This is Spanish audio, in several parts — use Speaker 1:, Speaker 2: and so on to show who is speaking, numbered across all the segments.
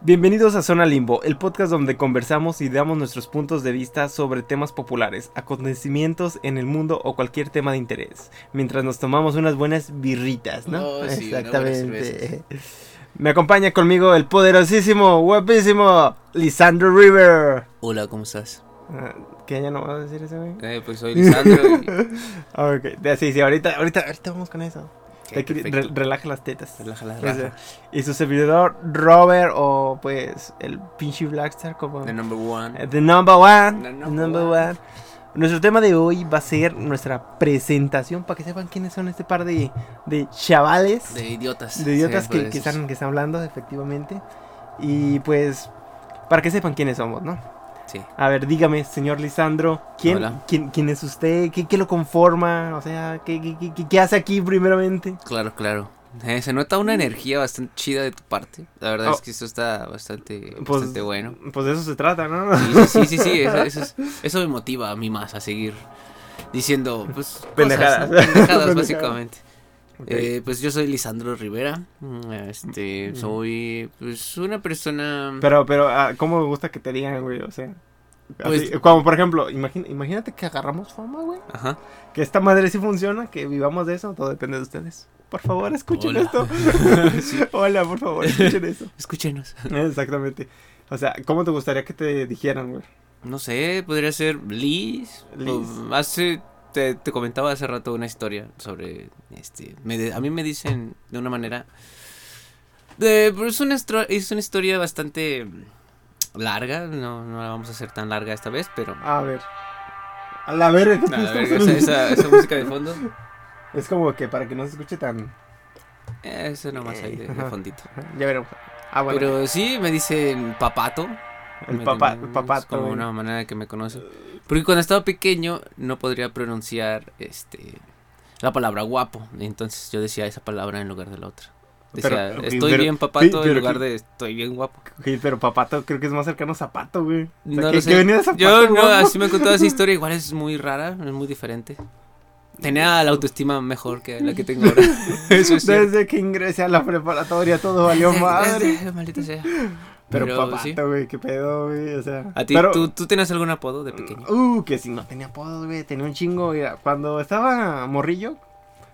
Speaker 1: Bienvenidos a Zona Limbo, el podcast donde conversamos y damos nuestros puntos de vista sobre temas populares, acontecimientos en el mundo o cualquier tema de interés, mientras nos tomamos unas buenas birritas, ¿no?
Speaker 2: Oh, sí, unas buenas cervezas.
Speaker 1: Me acompaña conmigo el poderosísimo, guapísimo Lisandro River.
Speaker 2: Hola, ¿cómo estás?
Speaker 1: Ah, ¿Qué ya no vas a decir ese güey?
Speaker 2: Eh, pues soy Lisandro. y-
Speaker 1: Ah, Ok, de- sí, sí, ahorita, ahorita, ahorita vamos con eso. Hay que- re-
Speaker 2: perfecto.
Speaker 1: relaja las tetas.
Speaker 2: Relaja la
Speaker 1: Ese.
Speaker 2: raja.
Speaker 1: Y su servidor Robert o pues el pinche Blackstar como
Speaker 2: The number
Speaker 1: Eh,
Speaker 2: one.
Speaker 1: The number one.
Speaker 2: The
Speaker 1: the
Speaker 2: number
Speaker 1: number
Speaker 2: one.
Speaker 1: one. Nuestro tema de hoy va a ser nuestra presentación para que sepan quiénes son este par de, de chavales,
Speaker 2: De
Speaker 1: de,
Speaker 2: idiotas.
Speaker 1: idiotas
Speaker 2: Sí,
Speaker 1: que,
Speaker 2: pues,
Speaker 1: que están, que están hablando, efectivamente. Y pues, para que sepan quiénes somos, ¿no?
Speaker 2: Sí.
Speaker 1: A ver, dígame, señor Lisandro, ¿quién,
Speaker 2: Hola.
Speaker 1: quién, quién es usted? ¿Qué, qué lo conforma? O sea, ¿qué, qué- qué- qué- qué hace aquí primeramente?
Speaker 2: Claro, claro. Eh, se nota una energía bastante chida de tu parte. La verdad
Speaker 1: Oh.
Speaker 2: es que esto está bastante,
Speaker 1: Pues-
Speaker 2: bastante este, bueno.
Speaker 1: Pues de eso se trata, ¿no?
Speaker 2: Sí, sí, sí, sí, sí, eso, eso es- eso me motiva a mí más a seguir diciendo, pues, cosas,
Speaker 1: Pendejadas.
Speaker 2: ¿no? pendejadas,
Speaker 1: Pendejadas.
Speaker 2: básicamente.
Speaker 1: Ok.
Speaker 2: Eh, pues yo soy Lisandro Rivera, mm, este,
Speaker 1: Mm.
Speaker 2: soy, pues, una persona...
Speaker 1: Pero, pero, ah, ¿cómo me gusta que te digan, güey? O sea, así,
Speaker 2: Pues-
Speaker 1: como por ejemplo, imagina- imagínate que agarramos fama, güey.
Speaker 2: Ajá.
Speaker 1: Que esta madre sí funciona, que vivamos de eso, todo depende de ustedes. Por favor, escuchen
Speaker 2: Hola.
Speaker 1: esto.
Speaker 2: Sí.
Speaker 1: Hola, por favor, escuchen eso.
Speaker 2: Escúchenos.
Speaker 1: Exactamente. O sea, ¿cómo te gustaría que te dijeran, güey?
Speaker 2: No sé, podría ser Liz. o
Speaker 1: Liz.
Speaker 2: Hace, te, te comentaba hace rato una historia sobre, este, me de- a mí me dicen de una manera, de, pero es una, estro- es una historia bastante larga, no, no la vamos a hacer tan larga esta vez, pero...
Speaker 1: A ver. A la verga. ¿qué
Speaker 2: Nada, a ver,
Speaker 1: estamos hablando?
Speaker 2: esa, esa- esa música de fondo,
Speaker 1: Es como que para que no se escuche tan.
Speaker 2: eh, eso nomás ahí de, de
Speaker 1: Ajá.
Speaker 2: fondito.
Speaker 1: Ya veremos. Ah, bueno.
Speaker 2: Pero sí, me dicen papato.
Speaker 1: el
Speaker 2: Me-
Speaker 1: papá,
Speaker 2: me- es
Speaker 1: papá,
Speaker 2: Como una manera de que me conoce. Porque cuando estaba pequeño no podría pronunciar este la palabra guapo. Entonces yo decía esa palabra en lugar de la otra. Decía,
Speaker 1: Pero-
Speaker 2: estoy
Speaker 1: pero-
Speaker 2: bien papato
Speaker 1: pero-
Speaker 2: en lugar de estoy bien guapo.
Speaker 1: Sí, pero papato creo que es más cercano a zapato, güey. O sea,
Speaker 2: No
Speaker 1: que-
Speaker 2: lo
Speaker 1: que
Speaker 2: sé.
Speaker 1: venía de zapato,
Speaker 2: Yo no,
Speaker 1: guapo.
Speaker 2: así me contaba esa historia. Igual es muy rara, es muy diferente. Tenía la autoestima mejor que la que tengo ahora. Eso es cierto.
Speaker 1: Desde que ingresé a la preparatoria todo valió madre.
Speaker 2: Maldita sea.
Speaker 1: Pero,
Speaker 2: Pero pues,
Speaker 1: papato,
Speaker 2: sí.
Speaker 1: güey, qué pedo, güey, o sea.
Speaker 2: ¿A ti,
Speaker 1: pero-
Speaker 2: ¿tú, tú tenías algún apodo de pequeño?
Speaker 1: Uh, que si no tenía apodos, güey, tenía un chingo, mira, cuando estaba morrillo,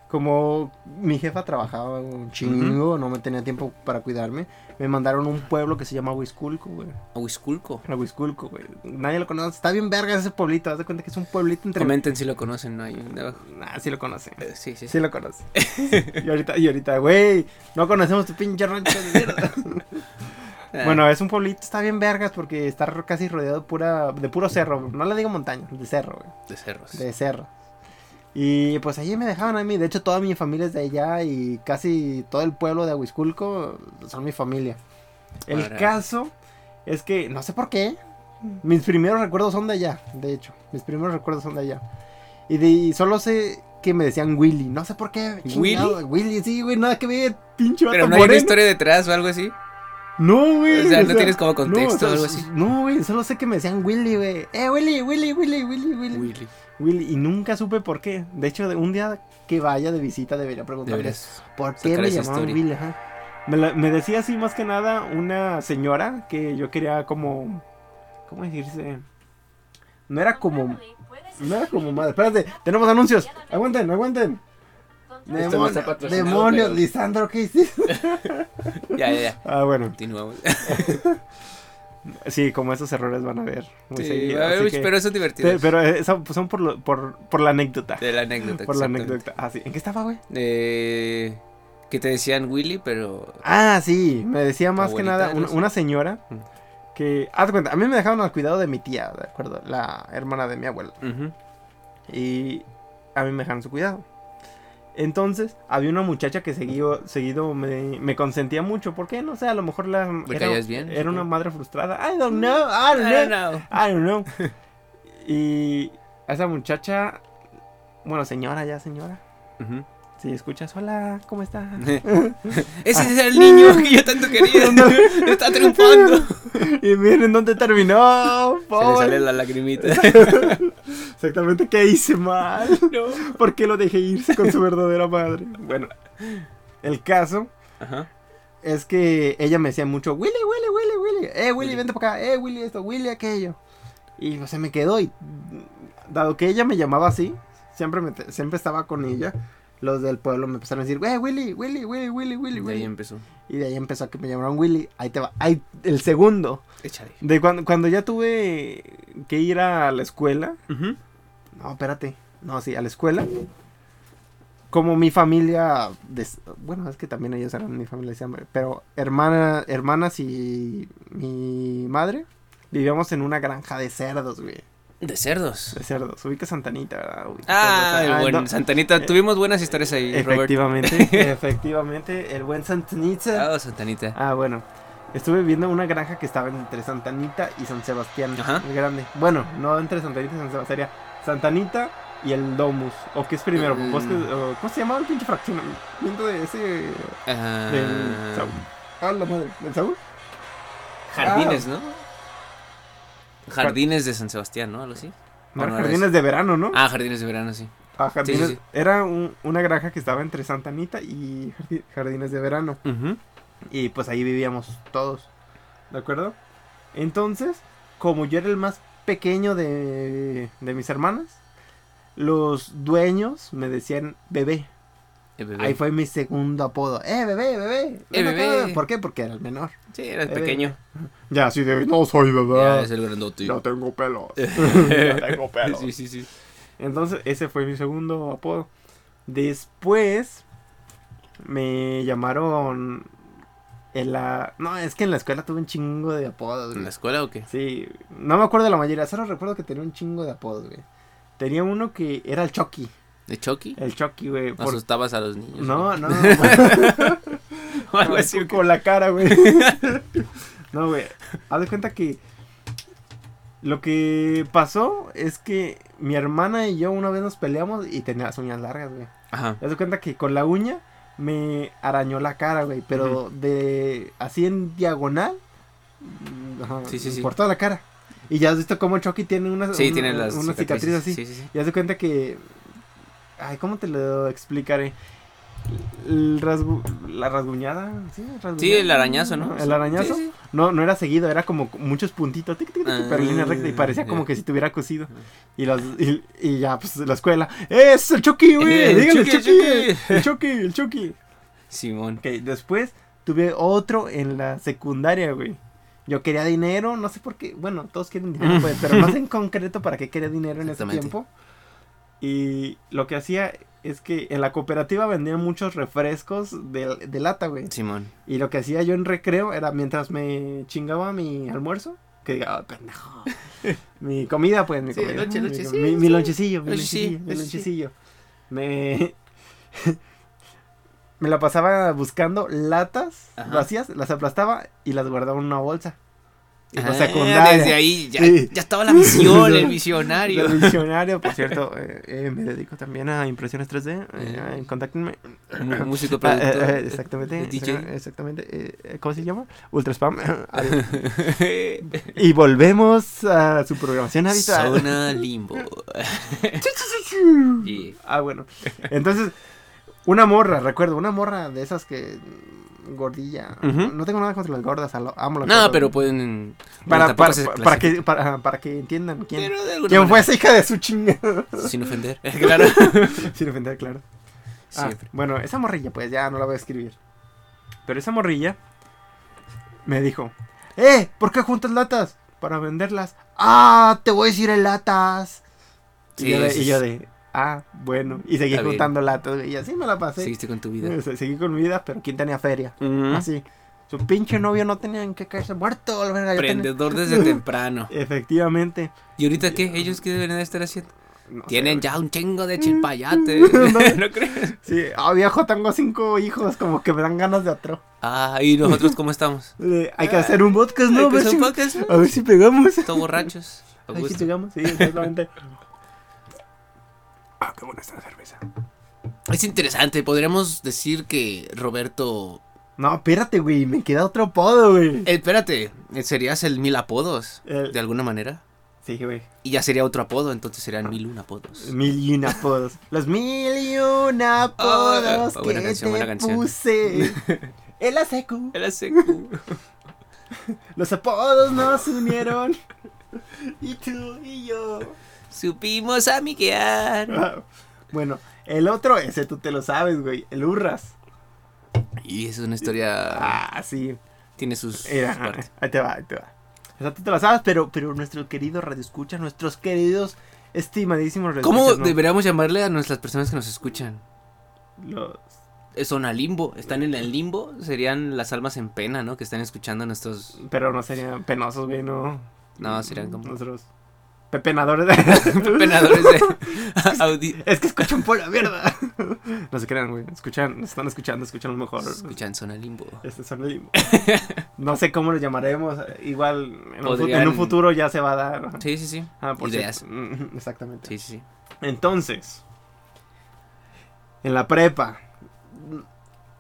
Speaker 1: como mi jefa trabajaba un chingo, no me tenía tiempo para cuidarme, me mandaron a un pueblo que se llama Huizculco, güey.
Speaker 2: Huizculco.
Speaker 1: A Huizculco, güey. Nadie lo conoce, está bien verga ese pueblito, haz de cuenta que es un pueblito entre...
Speaker 2: Comenten si lo conocen, no hay debajo.
Speaker 1: Ah, sí lo conoce.
Speaker 2: Eh, Sí, sí, sí.
Speaker 1: Sí lo conoce. y ahorita, y ahorita, güey, no conocemos tu pinche rancho de mierda.
Speaker 2: Ah,
Speaker 1: Bueno, es un pueblito, está bien vergas porque está ro- casi rodeado de, pura, de puro cerro. No le digo montaña, de cerro, güey.
Speaker 2: de cerros.
Speaker 1: De cerro. Y pues allí me dejaban a mí. De hecho, toda mi familia es de allá y casi todo el pueblo de Aguisculco son mi familia. El
Speaker 2: Ahora.
Speaker 1: caso es que no sé por qué. Mis primeros recuerdos son de allá, de hecho. Mis primeros recuerdos son de allá. Y, de, y solo sé que me decían Willy. No sé por qué.
Speaker 2: ¿Willy?
Speaker 1: chingado, Willy, sí, güey, nada que ver. Pinche
Speaker 2: Pero
Speaker 1: vato
Speaker 2: no hay una
Speaker 1: moreno.
Speaker 2: historia detrás o algo así.
Speaker 1: No, güey.
Speaker 2: O sea, no tienes como contexto
Speaker 1: no,
Speaker 2: o algo así.
Speaker 1: No, güey, solo sé que me decían Willy, güey. Eh, Willy, Willy, Willy, Willy, Willy. Willy. y nunca supe por qué. De hecho, de un día que vaya de visita debería preguntarles
Speaker 2: Deberías.
Speaker 1: por qué
Speaker 2: sacar
Speaker 1: me
Speaker 2: esa
Speaker 1: llamaban
Speaker 2: historia.
Speaker 1: Willy, ajá. Me, la- me decía así más que nada una señora que yo quería como... ¿Cómo decirse? No era como... No era como madre. Espérate, tenemos anuncios. Aguanten, aguanten.
Speaker 2: Esto no está
Speaker 1: Demonios,
Speaker 2: patrocinado,
Speaker 1: demonios,
Speaker 2: pero-
Speaker 1: Lisandro, ¿qué hiciste?
Speaker 2: Ya, ya, ya.
Speaker 1: Ah, bueno.
Speaker 2: Continuamos.
Speaker 1: Sí, como esos errores van a haber muy
Speaker 2: Sí,
Speaker 1: seguido,
Speaker 2: a ver,
Speaker 1: así
Speaker 2: uy,
Speaker 1: que-
Speaker 2: Pero eso es
Speaker 1: te-
Speaker 2: divertido.
Speaker 1: pero eh, son, son por, lo- por, por la anécdota.
Speaker 2: De la anécdota.
Speaker 1: por la
Speaker 2: exactamente.
Speaker 1: anécdota. Ah, sí. ¿En qué estaba, güey?
Speaker 2: Eh, que te decían Willy, pero.
Speaker 1: Ah, sí. Me decía más que
Speaker 2: abuelita
Speaker 1: nada
Speaker 2: era
Speaker 1: una,
Speaker 2: así.
Speaker 1: una señora
Speaker 2: Mm.
Speaker 1: que. Haz de cuenta, a mí me dejaron al cuidado de mi tía, ¿de acuerdo? La hermana de mi abuela.
Speaker 2: Ujú.
Speaker 1: Y a mí me dejaron su cuidado. Entonces, había una muchacha que seguido, seguido me, me consentía mucho. ¿Por qué? No sé, a lo mejor la.
Speaker 2: ¿Le
Speaker 1: era-
Speaker 2: caías bien?
Speaker 1: Era una
Speaker 2: Supongo.
Speaker 1: madre frustrada. I don't know, I don't know.
Speaker 2: I don't know.
Speaker 1: I don't know. y a esa muchacha, bueno, señora ya, señora.
Speaker 2: Ujú.
Speaker 1: Si escuchas, hola, ¿cómo estás?
Speaker 2: Ese es
Speaker 1: Ah.
Speaker 2: el niño que yo tanto quería. Está triunfando.
Speaker 1: y miren dónde terminó,
Speaker 2: Se le sale
Speaker 1: pobre.
Speaker 2: la lagrimita.
Speaker 1: Exactamente, ¿qué hice mal?
Speaker 2: No.
Speaker 1: ¿Por qué lo dejé irse con su verdadera madre? Bueno, el caso
Speaker 2: Ajá.
Speaker 1: es que ella me decía mucho, Willy, Willy, Willy, Willy, eh, Willy,
Speaker 2: Willy.
Speaker 1: vente para acá, eh, Willy, esto, Willy, aquello. Y pues, se me quedó y dado que ella me llamaba así, siempre, me te- siempre estaba con ella, los del pueblo me empezaron a decir, eh, Willy, Willy, Willy, Willy, Willy,
Speaker 2: De ahí em-
Speaker 1: Willy.
Speaker 2: empezó.
Speaker 1: Y de ahí empezó a que me llamaron Willy, ahí te va, ahí el segundo.
Speaker 2: Échale.
Speaker 1: De cuando, cuando ya tuve que ir a la escuela,
Speaker 2: Ujú.
Speaker 1: no, espérate. No, sí, a la escuela. Como mi familia. des- Bueno, es que también ellos eran mi familia, decían, pero hermana, hermanas y mi madre vivíamos en una granja de cerdos, güey.
Speaker 2: De cerdos.
Speaker 1: De cerdos. Ubica Santanita, ¿verdad? Ubica
Speaker 2: Ah,
Speaker 1: cerdos. Ah,
Speaker 2: bueno,
Speaker 1: no.
Speaker 2: Santanita, tuvimos buenas historias ahí, Robert.
Speaker 1: Efectivamente, efectivamente. El buen Santanita.
Speaker 2: Ah, Santanita.
Speaker 1: Ah, bueno. Estuve viendo una granja que estaba entre Santanita y San Sebastián.
Speaker 2: Ajá.
Speaker 1: El grande. Bueno, no entre Santanita y San Sebastián. sería Santanita y el Domus. ¿O qué es primero?
Speaker 2: Mm.
Speaker 1: Bosque- o ¿Cómo se llamaba el pinche fraccionamiento de ese. del
Speaker 2: Ah,
Speaker 1: Saúl? Ah, la madre. ¿Del Saúl?
Speaker 2: jardines, ¿no? Jardines de San Sebastián, ¿no? Algo así.
Speaker 1: No,
Speaker 2: no era
Speaker 1: jardines de verano, ¿no?
Speaker 2: Ah, jardines de verano, sí.
Speaker 1: Ah, jardines-
Speaker 2: sí, sí.
Speaker 1: Era un- una granja que estaba entre Santanita y jardi- jardines de verano.
Speaker 2: Ujú.
Speaker 1: Y pues ahí vivíamos todos. ¿De acuerdo? Entonces, como yo era el más pequeño de, de mis hermanas, los dueños me decían bebé.
Speaker 2: El bebé.
Speaker 1: Ahí fue mi segundo apodo. ¡Eh, bebé, bebé! ven
Speaker 2: Eh,
Speaker 1: acá".
Speaker 2: bebé.
Speaker 1: ¿Por qué? Porque era el menor.
Speaker 2: Sí, era
Speaker 1: Eh,
Speaker 2: pequeño.
Speaker 1: Ya, así de, no soy
Speaker 2: Ya
Speaker 1: bebé.
Speaker 2: es el grandote.
Speaker 1: No tengo pelos. no tengo pelos.
Speaker 2: Sí, sí, sí.
Speaker 1: Entonces, ese fue mi segundo apodo. Después, me llamaron en la... No, es que en la escuela tuve un chingo de apodos.
Speaker 2: ¿En
Speaker 1: güey.
Speaker 2: la escuela o qué?
Speaker 1: Sí, no me acuerdo de la mayoría, solo recuerdo que tenía un chingo de apodos, güey. Tenía uno que era el Chucky.
Speaker 2: ¿De Chucky?
Speaker 1: El Chucky,
Speaker 2: Ah,
Speaker 1: güey. Eh, por-
Speaker 2: Asustabas a los niños.
Speaker 1: No, no.
Speaker 2: O algo así, ¿o
Speaker 1: con,
Speaker 2: qué?
Speaker 1: con la cara, güey. no, güey. Haz de cuenta que lo que pasó es que mi hermana y yo una vez nos peleamos y tenía las uñas largas, güey.
Speaker 2: Ajá.
Speaker 1: Haz de cuenta que con la uña me arañó la cara, güey, pero de así en diagonal mm, ajá,
Speaker 2: Sí, sí, sí.
Speaker 1: por toda la cara. Y ya has visto cómo Chucky tiene una,
Speaker 2: Sí,
Speaker 1: una-
Speaker 2: tiene las
Speaker 1: una cicatriz así.
Speaker 2: Sí, sí, sí.
Speaker 1: Y haz de cuenta que. Ay, ¿cómo te lo explicaré? El rasgu- la rasguñada, sí, rasguñada.
Speaker 2: Sí, el arañazo, ¿no?
Speaker 1: El arañazo.
Speaker 2: Sí, sí.
Speaker 1: No, no era seguido, era como muchos puntitos, tic, tic, tic,
Speaker 2: Ah,
Speaker 1: pero en línea recta y parecía como
Speaker 2: ya.
Speaker 1: que si tuviera cosido.
Speaker 2: Ah.
Speaker 1: Y, los, y, y ya, pues la escuela. ¡Eh, ¡Es el Chucky, güey!
Speaker 2: Eh, el
Speaker 1: ¡Dígale, el
Speaker 2: Chucky,
Speaker 1: Chucky!
Speaker 2: el Chucky".
Speaker 1: ¡El Chucky, el Chucky!
Speaker 2: Simón.
Speaker 1: Ok, después tuve otro en la secundaria, güey. Yo quería dinero, no sé por qué. Bueno, todos quieren dinero, pues, pero no sé en concreto para qué quería dinero en ese
Speaker 2: Exactamente.
Speaker 1: tiempo. Y lo que hacía es que en la cooperativa vendían muchos refrescos de, de lata, güey.
Speaker 2: Simón.
Speaker 1: Y lo que hacía yo en recreo era mientras me chingaba mi almuerzo, que diga, "Ah, pendejo. mi comida, pues, mi
Speaker 2: Sí,
Speaker 1: comida.
Speaker 2: lonche,
Speaker 1: mi,
Speaker 2: lonche, sí,
Speaker 1: mi- mi
Speaker 2: sí.
Speaker 1: lonchecillo, mi
Speaker 2: Lonche, sí,
Speaker 1: lonchecillo, mi
Speaker 2: lonche, sí.
Speaker 1: lonchecillo. Me... me la pasaba buscando latas
Speaker 2: Ajá.
Speaker 1: vacías, las aplastaba y las guardaba en una bolsa. Y la
Speaker 2: Ah,
Speaker 1: secundaria.
Speaker 2: Desde ahí ya,
Speaker 1: Sí.
Speaker 2: ya estaba la misión, el visionario.
Speaker 1: Del diccionario, por cierto, eh, eh, me dedico también a impresiones 3D.
Speaker 2: Eh.
Speaker 1: Eh, contáctenme.
Speaker 2: Mú- Músico,
Speaker 1: Ah, eh,
Speaker 2: productor.
Speaker 1: eh, exactamente.
Speaker 2: eh, DJ.
Speaker 1: Exactamente. eh, eh, ¿Cómo se llama? Ultra Spam. Adiós.
Speaker 2: Zona
Speaker 1: y volvemos a su programación habitual.
Speaker 2: limbo. Yeah.
Speaker 1: ah, bueno. Entonces, una morra, recuerdo, una morra de esas que mm, gordilla.
Speaker 2: Ujú.
Speaker 1: No tengo nada contra las gordas, a lo- amo las
Speaker 2: No,
Speaker 1: gordas.
Speaker 2: pero pueden.
Speaker 1: Para,
Speaker 2: bueno, tampoco
Speaker 1: para,
Speaker 2: se
Speaker 1: para- para
Speaker 2: clasifica,
Speaker 1: que, para, para que entiendan quién,
Speaker 2: pero de alguna
Speaker 1: quién fue
Speaker 2: manera,
Speaker 1: esa hija de su chingada.
Speaker 2: Sin ofender. Claro.
Speaker 1: Sin ofender, claro. Ah,
Speaker 2: Siempre.
Speaker 1: bueno, esa morrilla, pues ya no la voy a escribir. Pero esa morrilla me dijo: ¡Eh! ¿Por qué juntas latas? Para venderlas. ¡Ah! Te voy a decir el latas. Y,
Speaker 2: Sí,
Speaker 1: yo, de,
Speaker 2: sí,
Speaker 1: y yo
Speaker 2: sí.
Speaker 1: de, Ah, bueno. Y seguí
Speaker 2: Está bien.
Speaker 1: juntando latas. güey, Y así me la pasé.
Speaker 2: Seguiste con tu vida.
Speaker 1: Eh, se- Seguí con mi vida, pero ¿quién tenía feria?
Speaker 2: Mm.
Speaker 1: Así. Su pinche novio no tenía en qué caerse muerto. la verga, yo tenía-
Speaker 2: Emprendedor desde temprano.
Speaker 1: Efectivamente.
Speaker 2: ¿Y ahorita qué? ¿Ellos qué deberían de estar haciendo?
Speaker 1: No sé,
Speaker 2: Tienen
Speaker 1: güey. Mm.
Speaker 2: ya un chingo de chilpayate.
Speaker 1: No.
Speaker 2: ¿No crees?
Speaker 1: Sí, ah, viejo, tengo cinco hijos, como que me dan ganas de otro.
Speaker 2: Ah, ¿y nosotros cómo estamos?
Speaker 1: Eh, hay que
Speaker 2: Ah.
Speaker 1: hacer un podcast, ¿no?
Speaker 2: Ay,
Speaker 1: A ver
Speaker 2: pues,
Speaker 1: si-
Speaker 2: un podcast, ¿no?
Speaker 1: A ver si pegamos.
Speaker 2: Todos borrachos. a
Speaker 1: Aquí
Speaker 2: gusto.
Speaker 1: llegamos, sí, exactamente. ah, qué buena está la cerveza.
Speaker 2: Es interesante, podríamos decir que Roberto...
Speaker 1: No, espérate, güey, me queda otro podo, güey.
Speaker 2: Eh, espérate, eh, serías el mil apodos,
Speaker 1: El-
Speaker 2: de alguna manera.
Speaker 1: Sí, güey.
Speaker 2: Y ya sería otro apodo, entonces serían mil un apodos.
Speaker 1: Mil y un apodos. Los mil y un apodos
Speaker 2: Ah,
Speaker 1: que
Speaker 2: buena canción,
Speaker 1: te
Speaker 2: buena canción.
Speaker 1: puse. El ASECU.
Speaker 2: Era secu.
Speaker 1: Los apodos nos unieron.
Speaker 2: Y tú y yo supimos
Speaker 1: Ah.
Speaker 2: amiguear.
Speaker 1: bueno, el otro, ese tú te lo sabes, güey. El Urras.
Speaker 2: Y es una historia.
Speaker 1: Ah, sí.
Speaker 2: Tiene sus, sus
Speaker 1: Era,
Speaker 2: partes.
Speaker 1: ahí te va, ahí te va. O sea, tú te lo sabes, pero, pero nuestro querido Radio Escucha, nuestros queridos estimadísimos Radio
Speaker 2: ¿Cómo
Speaker 1: Escuchas, ¿no?
Speaker 2: deberíamos llamarle a nuestras personas que nos escuchan?
Speaker 1: Los-
Speaker 2: Eh, Son al limbo, están en el limbo, serían las almas en pena, ¿no? Que están escuchando nuestros.
Speaker 1: Pero no serían penosos, güey, no.
Speaker 2: No, serían como.
Speaker 1: Nosotros. Pepenadores de.
Speaker 2: Penadores de. audi-
Speaker 1: Es que escuchan por la mierda. No se crean, güey. Escuchan, nos están escuchando, escuchan lo mejor.
Speaker 2: Escuchan, son al limbo.
Speaker 1: Este son el- No sé cómo lo llamaremos. Igual en, un, fu-
Speaker 2: Podrían-
Speaker 1: en un futuro ya se va a dar.
Speaker 2: Sí, sí, sí.
Speaker 1: Ah, por
Speaker 2: Ideas.
Speaker 1: cierto. Mm, Exactamente.
Speaker 2: Sí, sí, sí.
Speaker 1: Entonces, en la prepa,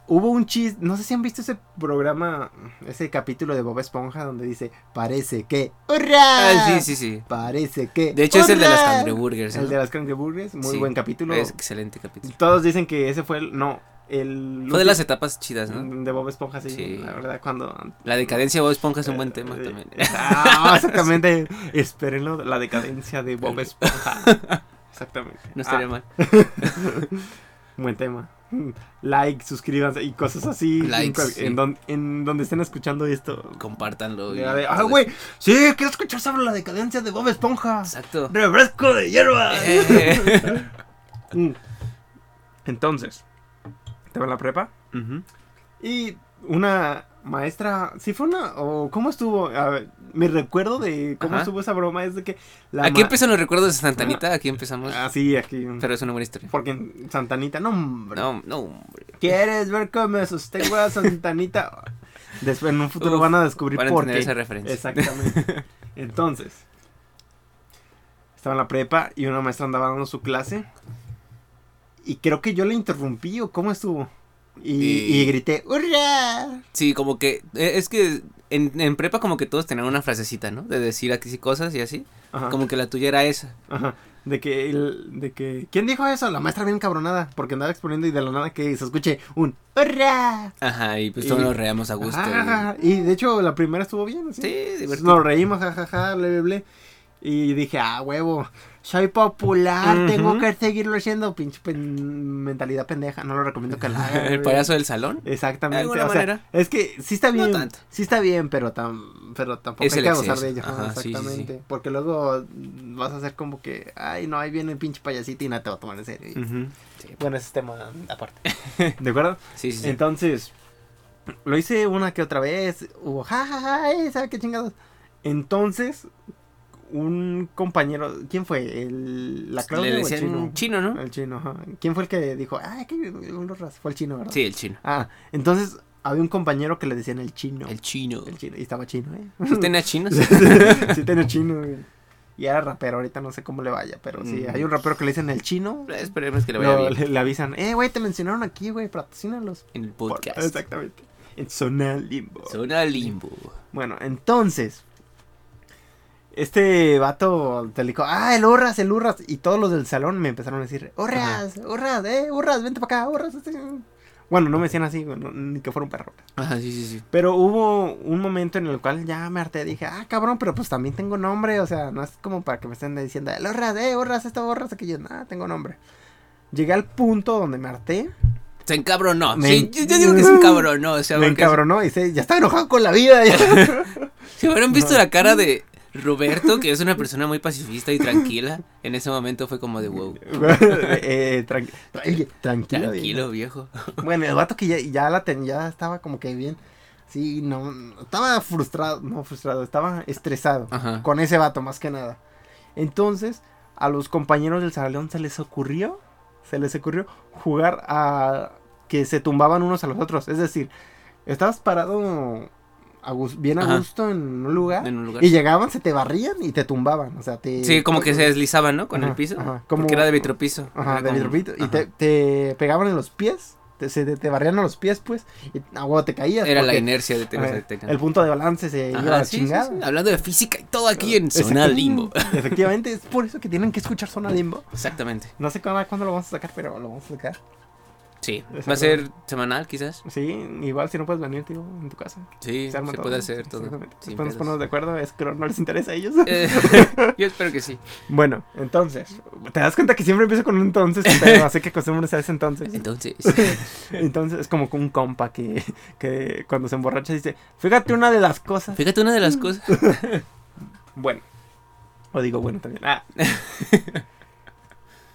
Speaker 1: hubo un chiste, no sé si han visto ese programa, ese capítulo de Bob Esponja donde dice, parece que, ¡hurra!
Speaker 2: Ah, sí, sí, sí.
Speaker 1: Parece que,
Speaker 2: De hecho, es el de las
Speaker 1: ¡hurra!
Speaker 2: cangreburgers.
Speaker 1: El
Speaker 2: ¿no?
Speaker 1: de las cangreburgers, muy
Speaker 2: Sí,
Speaker 1: buen capítulo.
Speaker 2: Es excelente capítulo.
Speaker 1: Todos dicen que ese fue el, no, el...
Speaker 2: Fue de las etapas chidas, ¿no?
Speaker 1: de Bob Esponja, sí,
Speaker 2: Sí.
Speaker 1: la verdad, cuando...
Speaker 2: La decadencia de Bob Esponja es un buen tema
Speaker 1: Eh,
Speaker 2: también.
Speaker 1: ah, exactamente, espérenlo, la decadencia de Bob Esponja. Exactamente.
Speaker 2: No estaría
Speaker 1: Ah,
Speaker 2: mal.
Speaker 1: Buen tema. Like, suscríbanse y cosas así.
Speaker 2: Likes,
Speaker 1: en, cual-
Speaker 2: sí. Oh,
Speaker 1: en don- en donde estén escuchando esto.
Speaker 2: Compártanlo. y
Speaker 1: De la de, ah,
Speaker 2: todo
Speaker 1: güey. Sí, quiero escuchar sobre la decadencia de Bob Esponja.
Speaker 2: eso. Exacto.
Speaker 1: Refresco de hierba.
Speaker 2: Eh.
Speaker 1: Mm. Entonces, estaba en la prepa. Y una maestra. ¿Sí fue una? ¿O cómo estuvo? A ver, mi recuerdo de cómo
Speaker 2: Ajá.
Speaker 1: estuvo esa broma es de que. La
Speaker 2: Aquí
Speaker 1: ma-
Speaker 2: empiezan los recuerdos de Santa Anita, aquí empezamos.
Speaker 1: Ah, sí, aquí.
Speaker 2: Pero es una buena historia.
Speaker 1: Porque en Santanita, no, hombre.
Speaker 2: No, no, hombre.
Speaker 1: ¿Quieres ver cómo me sostengo a Santanita? Después en un futuro
Speaker 2: Uf,
Speaker 1: van a descubrir
Speaker 2: Van a
Speaker 1: por
Speaker 2: entender
Speaker 1: qué.
Speaker 2: esa referencia.
Speaker 1: Exactamente. Entonces, estaba en la prepa y una maestra andaba dando su clase. Y creo que yo le interrumpí o cómo estuvo. Y,
Speaker 2: Y-
Speaker 1: y grité, ¡hurra!
Speaker 2: Sí, como que. eh, Es que en, en prepa, como que todos tenían una frasecita, ¿no? De decir aquí sí cosas y así.
Speaker 1: Ajá,
Speaker 2: Como que la tuya era esa.
Speaker 1: ajá. De que, el- de que, ¿quién dijo eso? La maestra bien cabronada, porque andaba exponiendo y de la nada que se escuche un ¡hurra!
Speaker 2: Ajá, y pues todos
Speaker 1: Y-
Speaker 2: nos reamos a gusto.
Speaker 1: Ah,
Speaker 2: y-
Speaker 1: Ajá, y de hecho la primera estuvo bien, así.
Speaker 2: Sí, divertido.
Speaker 1: Nos reímos, jajaja, ble, ble, ble. Y dije, ah, huevo, soy popular,
Speaker 2: Ujú.
Speaker 1: tengo que seguirlo haciendo. Pinche pen- mentalidad pendeja, no lo recomiendo que la hagan.
Speaker 2: El
Speaker 1: güey.
Speaker 2: payaso del salón.
Speaker 1: Exactamente.
Speaker 2: De alguna
Speaker 1: o sea,
Speaker 2: manera.
Speaker 1: Es que sí está
Speaker 2: No
Speaker 1: bien.
Speaker 2: tanto.
Speaker 1: Sí está bien, pero, tam- pero tampoco
Speaker 2: Es
Speaker 1: hay
Speaker 2: el
Speaker 1: que abusar
Speaker 2: exceso.
Speaker 1: de ello.
Speaker 2: Ajá, sí, sí, sí.
Speaker 1: exactamente. Porque luego mm, vas a hacer como que, ay, no, ahí viene el pinche payasito y nada, te va a tomar en serio.
Speaker 2: Mm.
Speaker 1: Y-
Speaker 2: Sí,
Speaker 1: Bueno, ese es tema aparte. ¿De acuerdo?
Speaker 2: sí, sí.
Speaker 1: Entonces, lo hice una que otra vez. Hubo jajaja, ¿sabe eh, qué chingados? Entonces, un compañero, ¿quién fue? El, la
Speaker 2: Le
Speaker 1: Claudia o el
Speaker 2: decían
Speaker 1: chino?
Speaker 2: chino, ¿no?
Speaker 1: El chino, ajá. ¿Quién fue el que dijo, ah, que unos ras-"? Fue el chino, ¿verdad?
Speaker 2: Sí, el chino.
Speaker 1: Ah, entonces había un compañero que le decían el chino.
Speaker 2: El chino.
Speaker 1: El chino, y estaba chino, ¿eh?
Speaker 2: ¿Tú tenías chinos?
Speaker 1: sí, tenía chino, güey. Y era rapero, ahorita no sé cómo le vaya, pero sí,
Speaker 2: Mm.
Speaker 1: hay un rapero que le dicen el chino.
Speaker 2: Eh, Esperemos que le vaya
Speaker 1: lo-
Speaker 2: bien
Speaker 1: le, le avisan, eh, güey, te mencionaron aquí, güey, patrocínalos.
Speaker 2: en el
Speaker 1: Por-
Speaker 2: podcast.
Speaker 1: Exactamente. En zona limbo.
Speaker 2: Zona limbo.
Speaker 1: Bueno, entonces. Este vato te dijo, ah, el Urras, el Urras. Y todos los del salón me empezaron a decir, Urras, Urras, eh, Urras, vente para acá, Urras. este". Bueno, no me decían así, güey, no- ni que fuera un perro.
Speaker 2: Ajá, sí, sí, sí.
Speaker 1: Pero hubo un momento en el cual ya me harté, dije, ah, cabrón, pero pues también tengo nombre, o sea, no es como para que me estén diciendo, el Urras, eh, Urras, esto, Urras, aquello, nada, tengo nombre. Llegué al punto donde me harté.
Speaker 2: Se encabronó.
Speaker 1: Me-
Speaker 2: Sí, yo, yo digo que se encabronó. O sea,
Speaker 1: me
Speaker 2: porque-
Speaker 1: encabronó y se, ya estaba enojado con la vida. ya".
Speaker 2: Si hubieran visto la cara de Roberto, que es una persona muy pacifista y tranquila, en ese momento fue como de wow.
Speaker 1: eh, tranqui- tra- oye, tranquilo.
Speaker 2: Tranquilo, viejo.
Speaker 1: bien. Bueno, el vato que ya, ya la tenía, ya estaba como que bien. Sí, no, no, estaba frustrado, no frustrado, estaba estresado
Speaker 2: Ajá.
Speaker 1: con ese vato más que nada. Entonces, a los compañeros del salón se les ocurrió, se les ocurrió jugar a que se tumbaban unos a los otros. Es decir, estabas parado a gus- bien a
Speaker 2: Ajá.
Speaker 1: gusto en un lugar.
Speaker 2: En un lugar.
Speaker 1: Y llegaban, se te barrían y te tumbaban, o sea, te...
Speaker 2: Sí, como que se deslizaban, ¿no? Con el
Speaker 1: Ajá,
Speaker 2: piso.
Speaker 1: ajá, como-
Speaker 2: Porque era de vitropiso.
Speaker 1: Ajá,
Speaker 2: Era
Speaker 1: de
Speaker 2: como-
Speaker 1: vidrio, Y
Speaker 2: ajá.
Speaker 1: te, te pegaban en los pies. Te, se, te, te barrían a los pies, pues. Y a huevo te caías.
Speaker 2: Era la
Speaker 1: porque,
Speaker 2: inercia de
Speaker 1: a
Speaker 2: Temas
Speaker 1: ver,
Speaker 2: de Teca.
Speaker 1: El punto de balance se
Speaker 2: Ajá,
Speaker 1: Eh, iba a la
Speaker 2: sí, sí,
Speaker 1: chingada.
Speaker 2: sí. Hablando de física y todo aquí en Zona
Speaker 1: Exactamente,
Speaker 2: Limbo.
Speaker 1: Efectivamente, es por eso que tienen que escuchar Zona Limbo.
Speaker 2: Exactamente.
Speaker 1: No sé cuándo, cuándo lo vamos a sacar, pero lo vamos a sacar.
Speaker 2: Sí, va a ser semanal quizás.
Speaker 1: Sí, igual si no puedes venir, tío, en tu casa.
Speaker 2: Sí,
Speaker 1: Se
Speaker 2: se,
Speaker 1: arma todo.
Speaker 2: puede hacer todo.
Speaker 1: Exactamente.
Speaker 2: sin
Speaker 1: Después nos
Speaker 2: pedos.
Speaker 1: ponemos de acuerdo, es que no- no les interesa a ellos.
Speaker 2: Eh, yo espero que sí.
Speaker 1: Bueno, entonces, te das cuenta que siempre empiezo con un entonces, pero así que acostúmbrense a ese entonces.
Speaker 2: Entonces,
Speaker 1: Entonces es como un compa que, que cuando se emborracha dice, fíjate una de las cosas.
Speaker 2: fíjate una de las cosas.
Speaker 1: Bueno. O digo bueno también. Ah.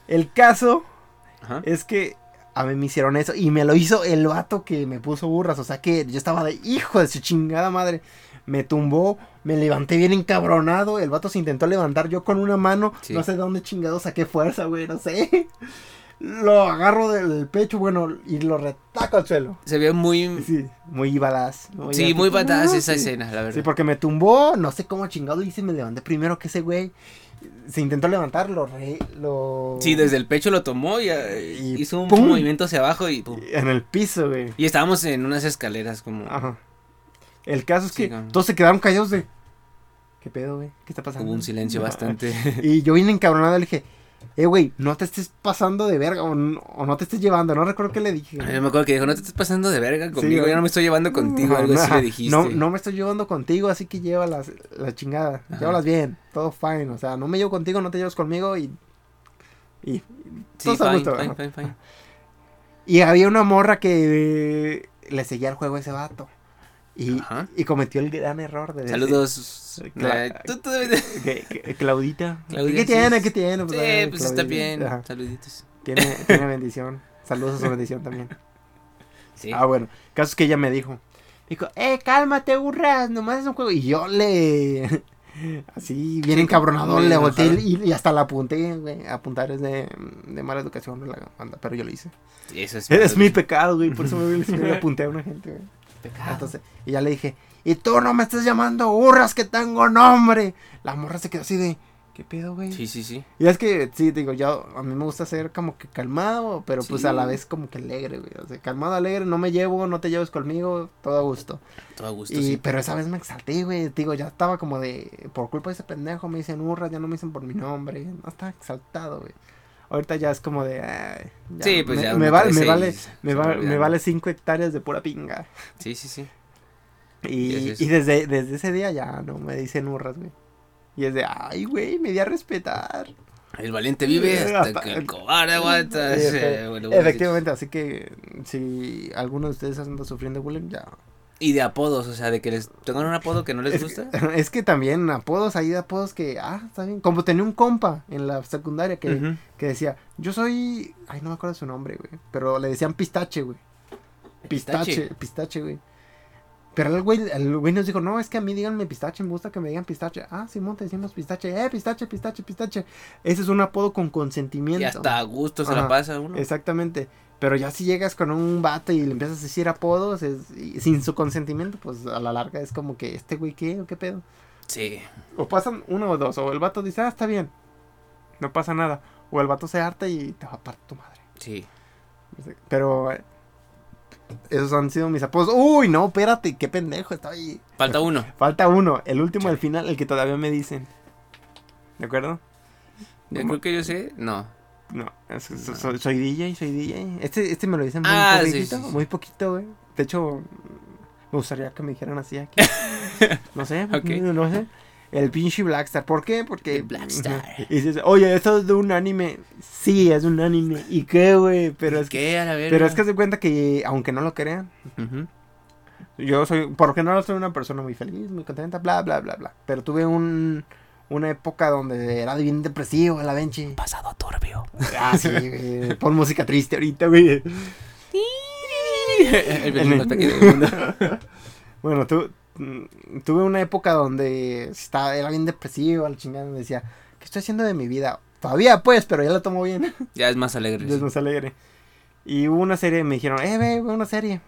Speaker 1: El caso
Speaker 2: Ajá.
Speaker 1: es que a mí me hicieron eso y me lo hizo el vato que me puso burras. O sea que yo estaba de hijo de su chingada madre. Me tumbó, me levanté bien encabronado. El vato se intentó levantar yo con una mano.
Speaker 2: Sí.
Speaker 1: No sé de dónde chingado saqué fuerza, güey, no sé. Lo agarro del pecho, bueno, y lo retaco al suelo.
Speaker 2: Se vio muy.
Speaker 1: Sí, muy badass.
Speaker 2: Sí, muy patadas
Speaker 1: Sí.
Speaker 2: esa escena, la
Speaker 1: Sí,
Speaker 2: verdad.
Speaker 1: porque me tumbó, no sé cómo chingado le hice, me levanté primero que ese güey. Se intentó levantar, lo re, lo...
Speaker 2: Sí, desde el pecho lo tomó y, eh,
Speaker 1: Y
Speaker 2: hizo un
Speaker 1: ¡pum!
Speaker 2: movimiento hacia abajo y pum.
Speaker 1: En el piso, güey.
Speaker 2: Y estábamos en unas escaleras como
Speaker 1: Ajá. El caso es que
Speaker 2: Sí, no.
Speaker 1: todos se quedaron callados de... ¿Qué pedo, güey? ¿Qué está pasando?
Speaker 2: hubo un silencio
Speaker 1: Ajá.
Speaker 2: bastante.
Speaker 1: Y yo vine encabronado, le dije... Eh, güey, no te estés pasando de verga o, n- o no te estés llevando. No recuerdo qué le dije.
Speaker 2: Yo me acuerdo que dijo, no te estés pasando de verga conmigo,
Speaker 1: güey.
Speaker 2: yo no me estoy llevando contigo,
Speaker 1: Ajá,
Speaker 2: algo así
Speaker 1: ajá.
Speaker 2: le dijiste.
Speaker 1: No, no me estoy llevando contigo, así que llévalas la chingada.
Speaker 2: Ajá.
Speaker 1: Llévalas bien, todo fine. O sea, no me llevo contigo, no te llevas conmigo y. Y,
Speaker 2: Sí,
Speaker 1: todos a
Speaker 2: fine,
Speaker 1: gusto,
Speaker 2: fine,
Speaker 1: ajá.
Speaker 2: fine, fine.
Speaker 1: y había una morra que eh, le seguía el juego a ese vato. Y,
Speaker 2: Ajá.
Speaker 1: y cometió el gran error de decir
Speaker 2: Saludos.
Speaker 1: Cla-
Speaker 2: eh, tú- tú- sí,
Speaker 1: que- que- Claudita.
Speaker 2: Claudia,
Speaker 1: ¿Qué
Speaker 2: sí,
Speaker 1: tiene?
Speaker 2: sí.
Speaker 1: ¿Qué tiene? ay,
Speaker 2: pues está
Speaker 1: Claudita.
Speaker 2: bien.
Speaker 1: Ajá.
Speaker 2: Saluditos.
Speaker 1: Tiene, tiene bendición. Saludos a su bendición también.
Speaker 2: Sí.
Speaker 1: Ah, bueno. Caso es que ella me dijo. Dijo, eh, cálmate, burras, nomás es un juego. Y yo le... Así, bien
Speaker 2: Sí,
Speaker 1: encabronado,
Speaker 2: bien
Speaker 1: le volteé
Speaker 2: enojado.
Speaker 1: y, y hasta la apunté, güey. Apuntar es de, de mala educación de la banda, pero yo lo hice.
Speaker 2: Sí, Eso es.
Speaker 1: Eres mi pecado, güey, por eso me, me apunté a una gente, güey.
Speaker 2: pecado.
Speaker 1: Entonces, y ya le dije, y tú no me estás llamando burras que tengo nombre. La morra se quedó así de, ¿qué pedo, güey?
Speaker 2: Sí, sí, sí.
Speaker 1: Y es que, sí, digo, yo, a mí me gusta ser como que calmado, pero pues
Speaker 2: Sí.
Speaker 1: a la vez como que alegre, güey. O sea, calmado, alegre, no me llevo, no te lleves conmigo, todo a gusto.
Speaker 2: Todo a gusto,
Speaker 1: y,
Speaker 2: sí.
Speaker 1: pero esa vez me exalté, güey. Digo, ya estaba como de, por culpa de ese pendejo, me dicen hurra, ya no me dicen por mi nombre. No estaba exaltado, güey. Ahorita ya es como de, ay, ya,
Speaker 2: Sí, pues
Speaker 1: me,
Speaker 2: ya.
Speaker 1: Me,
Speaker 2: uno
Speaker 1: vale,
Speaker 2: crece
Speaker 1: me
Speaker 2: y
Speaker 1: vale,
Speaker 2: se
Speaker 1: me,
Speaker 2: va
Speaker 1: va- me
Speaker 2: olvidando.
Speaker 1: vale cinco hectáreas de pura pinga.
Speaker 2: Sí, sí, sí.
Speaker 1: Y,
Speaker 2: Y es eso.
Speaker 1: y desde, desde ese día ya no me dicen hurras, güey. Y es de, ay, güey, me di a respetar.
Speaker 2: El valiente vive hasta,
Speaker 1: Hasta-
Speaker 2: que el cobarde aguanta.
Speaker 1: Sí,
Speaker 2: Sí,
Speaker 1: efe-
Speaker 2: bueno, bueno,
Speaker 1: Efectivamente, así que si alguno de ustedes anda sufriendo bullying, ya.
Speaker 2: Y de apodos, o sea, de que les tengan un apodo que no les gusta.
Speaker 1: Es, es que también apodos, hay apodos que, ah, está bien. Como tenía un compa en la secundaria que,
Speaker 2: Ujú.
Speaker 1: que decía, yo soy, ay, no me acuerdo su nombre, güey, pero le decían pistache, güey. Pistache, pistache, güey. Pero el güey, el güey nos dijo, no, es que a mí díganme pistache, me gusta que me digan pistache. Ah, Simón, te decimos pistache. Eh, pistache, pistache, pistache. Ese es un apodo con consentimiento.
Speaker 2: Y hasta a gusto se
Speaker 1: Ajá.
Speaker 2: la pasa uno.
Speaker 1: Exactamente. Pero ya si llegas con un vato y le empiezas a decir apodos es- y sin su consentimiento, pues a la larga es como que este güey qué o qué pedo.
Speaker 2: Sí.
Speaker 1: O pasan uno o dos, o el vato dice, ah, está bien, no pasa nada. O el vato se harta y te va a partir tu madre.
Speaker 2: Sí.
Speaker 1: Pero eh, esos han sido mis apodos. Uy, no, espérate, qué pendejo, está ahí.
Speaker 2: Falta uno.
Speaker 1: Falta uno, el último al final, el que todavía me dicen. ¿De acuerdo?
Speaker 2: Yo
Speaker 1: No,
Speaker 2: creo que yo sé. No.
Speaker 1: No, es- es- so- Soy, DJ, soy DJ. Este, este me lo dicen muy
Speaker 2: Ah, sí,
Speaker 1: poquito,
Speaker 2: sí, sí.
Speaker 1: muy poquito, güey. De hecho, mm, me gustaría que me dijeran así aquí. no sé,
Speaker 2: Ok.
Speaker 1: no, no sé. El pinche Blackstar. ¿Por qué? Porque.
Speaker 2: El Blackstar.
Speaker 1: Ajá. Y dices, oye, esto es de un anime. Sí, es de un anime. ¿Y qué, güey? Pero es que.
Speaker 2: ¿Qué? A la verga.
Speaker 1: Pero es que se cuenta que, aunque no lo crean,
Speaker 2: Ujú.
Speaker 1: yo soy, porque no soy una persona muy feliz, muy contenta, bla, bla, bla, bla. Pero tuve un, una época donde era bien depresivo, la benche.
Speaker 2: Pasado turbio.
Speaker 1: Ah, sí, güey. Pon música triste ahorita, güey.
Speaker 2: el violín más pequeño del mundo.
Speaker 1: Bueno, tu- mm, tuve una época donde estaba, era bien depresivo, al chingado, me decía, ¿qué estoy haciendo de mi vida? Todavía, pues, pero ya la tomo bien.
Speaker 2: Ya es más alegre.
Speaker 1: Es
Speaker 2: sí.
Speaker 1: más alegre. Y hubo una serie, me dijeron, eh, ve, ve una serie.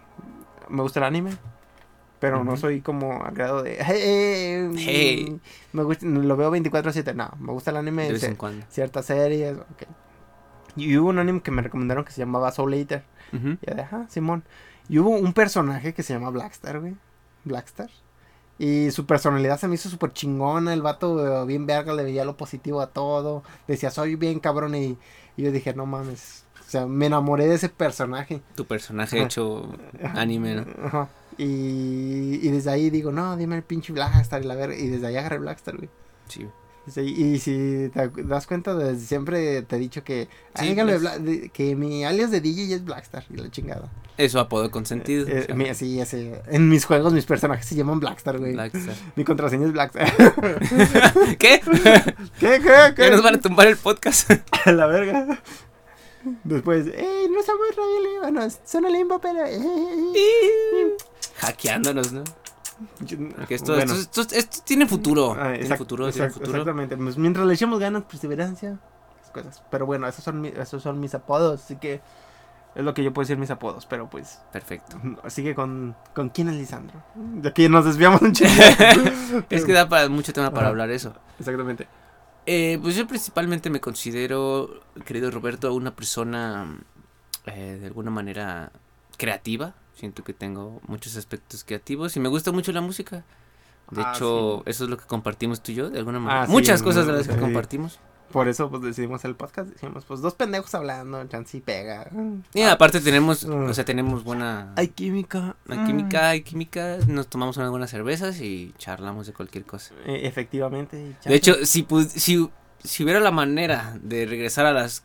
Speaker 1: Me gusta el anime. Pero no
Speaker 2: Ujú.
Speaker 1: soy como al grado de, "Eh, eh,
Speaker 2: Hey.
Speaker 1: me gusta, lo veo 24-7. No, me gusta el anime.
Speaker 2: De vez
Speaker 1: se-
Speaker 2: en cuando.
Speaker 1: ciertas series, ok. Y hubo un anime que me recomendaron que se llamaba Soul Eater.
Speaker 2: Ujú.
Speaker 1: Ya de, ajá, Simón. Y hubo un personaje que se llama Blackstar, güey. Blackstar. Y su personalidad se me hizo súper chingona. El vato eh, bien verga le veía lo positivo a todo. Decía, soy bien cabrón. Y, y yo dije, no mames, O sea, me enamoré de ese personaje.
Speaker 2: Tu personaje hecho anime, ¿no?
Speaker 1: Ajá. Y, y desde ahí digo, no, dime el pinche Blackstar y la verga. Y desde ahí agarré Blackstar, güey.
Speaker 2: Sí.
Speaker 1: Sí, y si te acu- das cuenta, desde siempre te he dicho que, ah,
Speaker 2: Sí,
Speaker 1: dígale
Speaker 2: pues.
Speaker 1: Bla- de- que mi alias de DJ es Blackstar y la chingada.
Speaker 2: Eso apodo consentido.
Speaker 1: Eh,
Speaker 2: se
Speaker 1: mi-
Speaker 2: llama.
Speaker 1: sí, ese- en mis juegos mis personajes se llaman Blackstar, güey.
Speaker 2: Blackstar.
Speaker 1: Mi contraseña es Blackstar.
Speaker 2: ¿Qué?
Speaker 1: ¿Qué, qué, qué?
Speaker 2: ¿Ya nos van a tumbar el podcast?
Speaker 1: a la verga. Después, eh, no somos Radio Líbano, son Olimpo, pero... eh, eh, eh".
Speaker 2: Hackeándonos, ¿no?
Speaker 1: Yo-
Speaker 2: Porque esto,
Speaker 1: bueno.
Speaker 2: esto, esto- esto tiene futuro.
Speaker 1: Ah,
Speaker 2: tiene
Speaker 1: exact-
Speaker 2: futuro, tiene
Speaker 1: exact-
Speaker 2: futuro.
Speaker 1: Exactamente. Pues mientras le echemos ganas, perseverancia, esas cosas. Pero bueno, esos son, mi- esos son mis apodos, así que es lo que yo puedo decir mis apodos, pero pues
Speaker 2: Perfecto.
Speaker 1: sigue con con quién es Lisandro. De aquí nos desviamos un chingo.
Speaker 2: Es que da para mucho tema para
Speaker 1: Ajá.
Speaker 2: hablar eso.
Speaker 1: Exactamente.
Speaker 2: Eh, pues yo principalmente me considero, querido Roberto, una persona eh, de alguna manera creativa. Siento que tengo muchos aspectos creativos y me gusta mucho la música. De
Speaker 1: Ah,
Speaker 2: hecho, eso es lo que compartimos tú y yo, de alguna manera.
Speaker 1: Ah, sí,
Speaker 2: Muchas cosas de
Speaker 1: no,
Speaker 2: las que
Speaker 1: sí.
Speaker 2: compartimos.
Speaker 1: Por eso pues decidimos el podcast, decimos, pues dos pendejos hablando, chance y pega.
Speaker 2: Y aparte tenemos,
Speaker 1: Mm.
Speaker 2: o sea, tenemos buena
Speaker 1: Hay química.
Speaker 2: buena
Speaker 1: mm.
Speaker 2: química, hay química, nos tomamos unas buenas cervezas y charlamos de cualquier cosa.
Speaker 1: Mm, eh, efectivamente. y chance.
Speaker 2: De hecho, si, pu- si, si hubiera la manera de regresar a las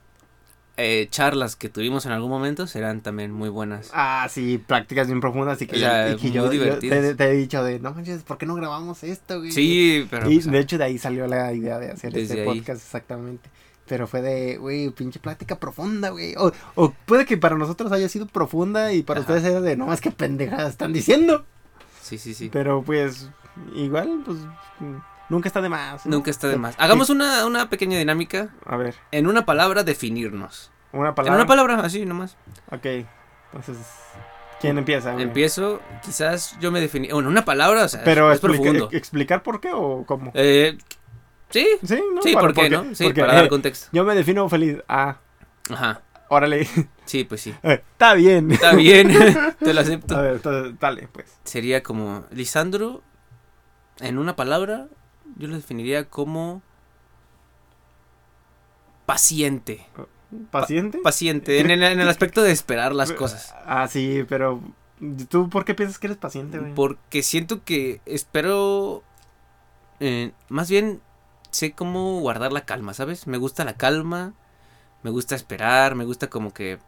Speaker 2: eh, charlas que tuvimos en algún momento, serán también muy buenas.
Speaker 1: Ah, sí, prácticas bien profundas y que,
Speaker 2: O sea,
Speaker 1: y que
Speaker 2: muy
Speaker 1: yo, yo te,
Speaker 2: divertidas.
Speaker 1: te he dicho de, no manches, ¿por qué no grabamos esto, güey?
Speaker 2: Sí, pero...
Speaker 1: y
Speaker 2: pues,
Speaker 1: de hecho de ahí salió la idea de hacer
Speaker 2: Desde
Speaker 1: este
Speaker 2: ahí.
Speaker 1: podcast exactamente. Pero fue de, güey, pinche plática profunda, güey. O, o puede que para nosotros haya sido profunda y para
Speaker 2: Ajá.
Speaker 1: ustedes era de, no, es que pendejadas están diciendo.
Speaker 2: sí, sí, sí.
Speaker 1: Pero pues, igual, pues, mm, nunca está de más. ¿no?
Speaker 2: Nunca está de más. Hagamos una, una pequeña dinámica.
Speaker 1: A ver,
Speaker 2: En una palabra, definirnos.
Speaker 1: una palabra.
Speaker 2: En una palabra, así nomás.
Speaker 1: Ok, entonces, ¿quién empieza? güey?
Speaker 2: Empiezo, quizás yo me definí... Bueno, una palabra, o sea,
Speaker 1: Pero
Speaker 2: es
Speaker 1: explica-
Speaker 2: profundo.
Speaker 1: e- explicar por qué o cómo.
Speaker 2: Eh, sí,
Speaker 1: Sí, ¿no?
Speaker 2: sí,
Speaker 1: Bueno,
Speaker 2: ¿por qué,
Speaker 1: porque-
Speaker 2: no? Sí,
Speaker 1: porque,
Speaker 2: para dar
Speaker 1: eh,
Speaker 2: contexto.
Speaker 1: Yo me defino feliz. Ah,
Speaker 2: Ajá,
Speaker 1: órale. Eh,
Speaker 2: sí, pues sí.
Speaker 1: Está bien.
Speaker 2: Está bien, te lo
Speaker 1: A
Speaker 2: acepto.
Speaker 1: ver, entonces, dale, pues.
Speaker 2: Sería como, Lisandro, en una palabra, yo lo definiría como paciente.
Speaker 1: ¿Paciente?
Speaker 2: Paciente, en, el- en el aspecto de esperar las cosas.
Speaker 1: Ah, sí, pero ¿tú por qué piensas que eres paciente, güey?
Speaker 2: Porque siento que espero, eh, más bien, sé cómo guardar la calma, ¿sabes? Me gusta la calma, me gusta esperar, me gusta como que...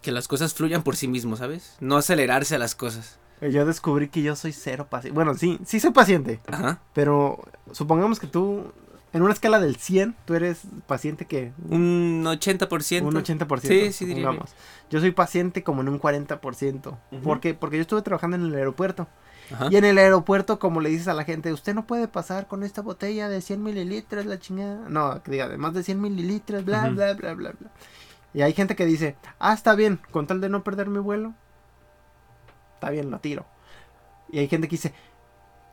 Speaker 2: Que las cosas fluyan por sí mismo, ¿sabes? No acelerarse a las cosas.
Speaker 1: Eh, Yo descubrí que yo soy cero paciente. Bueno, sí, sí soy paciente,
Speaker 2: Ajá.
Speaker 1: pero supongamos que tú, en una escala del 100, tú eres paciente que
Speaker 2: Un 80%.
Speaker 1: un 80%.
Speaker 2: Sí, sí, diría
Speaker 1: supongamos. Yo soy paciente como en un 40%.
Speaker 2: Ujú.
Speaker 1: ¿Por qué? Porque yo estuve trabajando en el aeropuerto.
Speaker 2: Ajá.
Speaker 1: Y en el aeropuerto, como le dices a la gente, usted no puede pasar con esta botella de 100 mililitros, la chingada. No, que diga, de más de 100 mililitros, bla,
Speaker 2: Ujú.
Speaker 1: bla, bla, bla, bla. Y hay gente que dice, ah, está bien, con tal de no perder mi vuelo, está bien, lo tiro. Y hay gente que dice,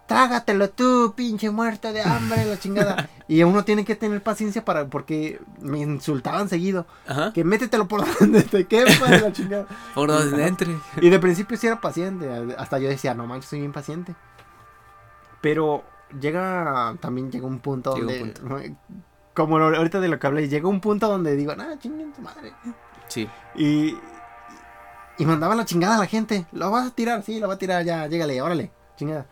Speaker 1: trágatelo tú, pinche muerto de hambre, la chingada. y uno tiene que tener paciencia para, porque me insultaban seguido,
Speaker 2: Ajá.
Speaker 1: que métetelo por donde te quepa, la chingada.
Speaker 2: Por donde entre.
Speaker 1: Y de principio sí era paciente, hasta yo decía, no manches, soy bien paciente. Pero llega, también llega un punto
Speaker 2: Llega
Speaker 1: donde,
Speaker 2: un
Speaker 1: como lo- ahorita de lo que hablé, llega un punto donde digo, no, chinguen tu madre.
Speaker 2: Sí.
Speaker 1: Y, y mandaba la chingada a la gente, lo vas a tirar, sí, lo va a tirar, ya, llégale, órale, chingada.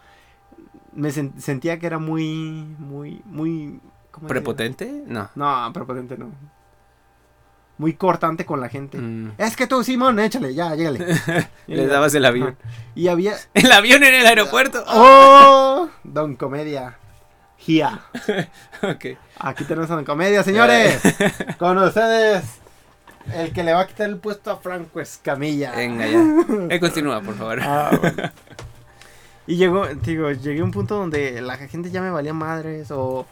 Speaker 1: Me sen- sentía que era muy, muy, muy... ¿cómo decirlo?
Speaker 2: ¿Prepotente? No.
Speaker 1: No, prepotente no. Muy cortante con la gente.
Speaker 2: Mm.
Speaker 1: Es que tú, Simón, échale, ya, llégale.
Speaker 2: Le dabas el avión.
Speaker 1: Y había,
Speaker 2: El avión en el aeropuerto. Ah.
Speaker 1: ¡Oh! Don Comedia. Gia.
Speaker 2: Ok.
Speaker 1: Aquí tenemos a Don Comedia, señores.
Speaker 2: Eh.
Speaker 1: Con ustedes. El que le va a quitar el puesto a Franco Escamilla.
Speaker 2: Venga ya. Eh, continúa, por favor.
Speaker 1: Ah, bueno. Y llegó, te digo, llegué a un punto donde la gente ya me valía madres o...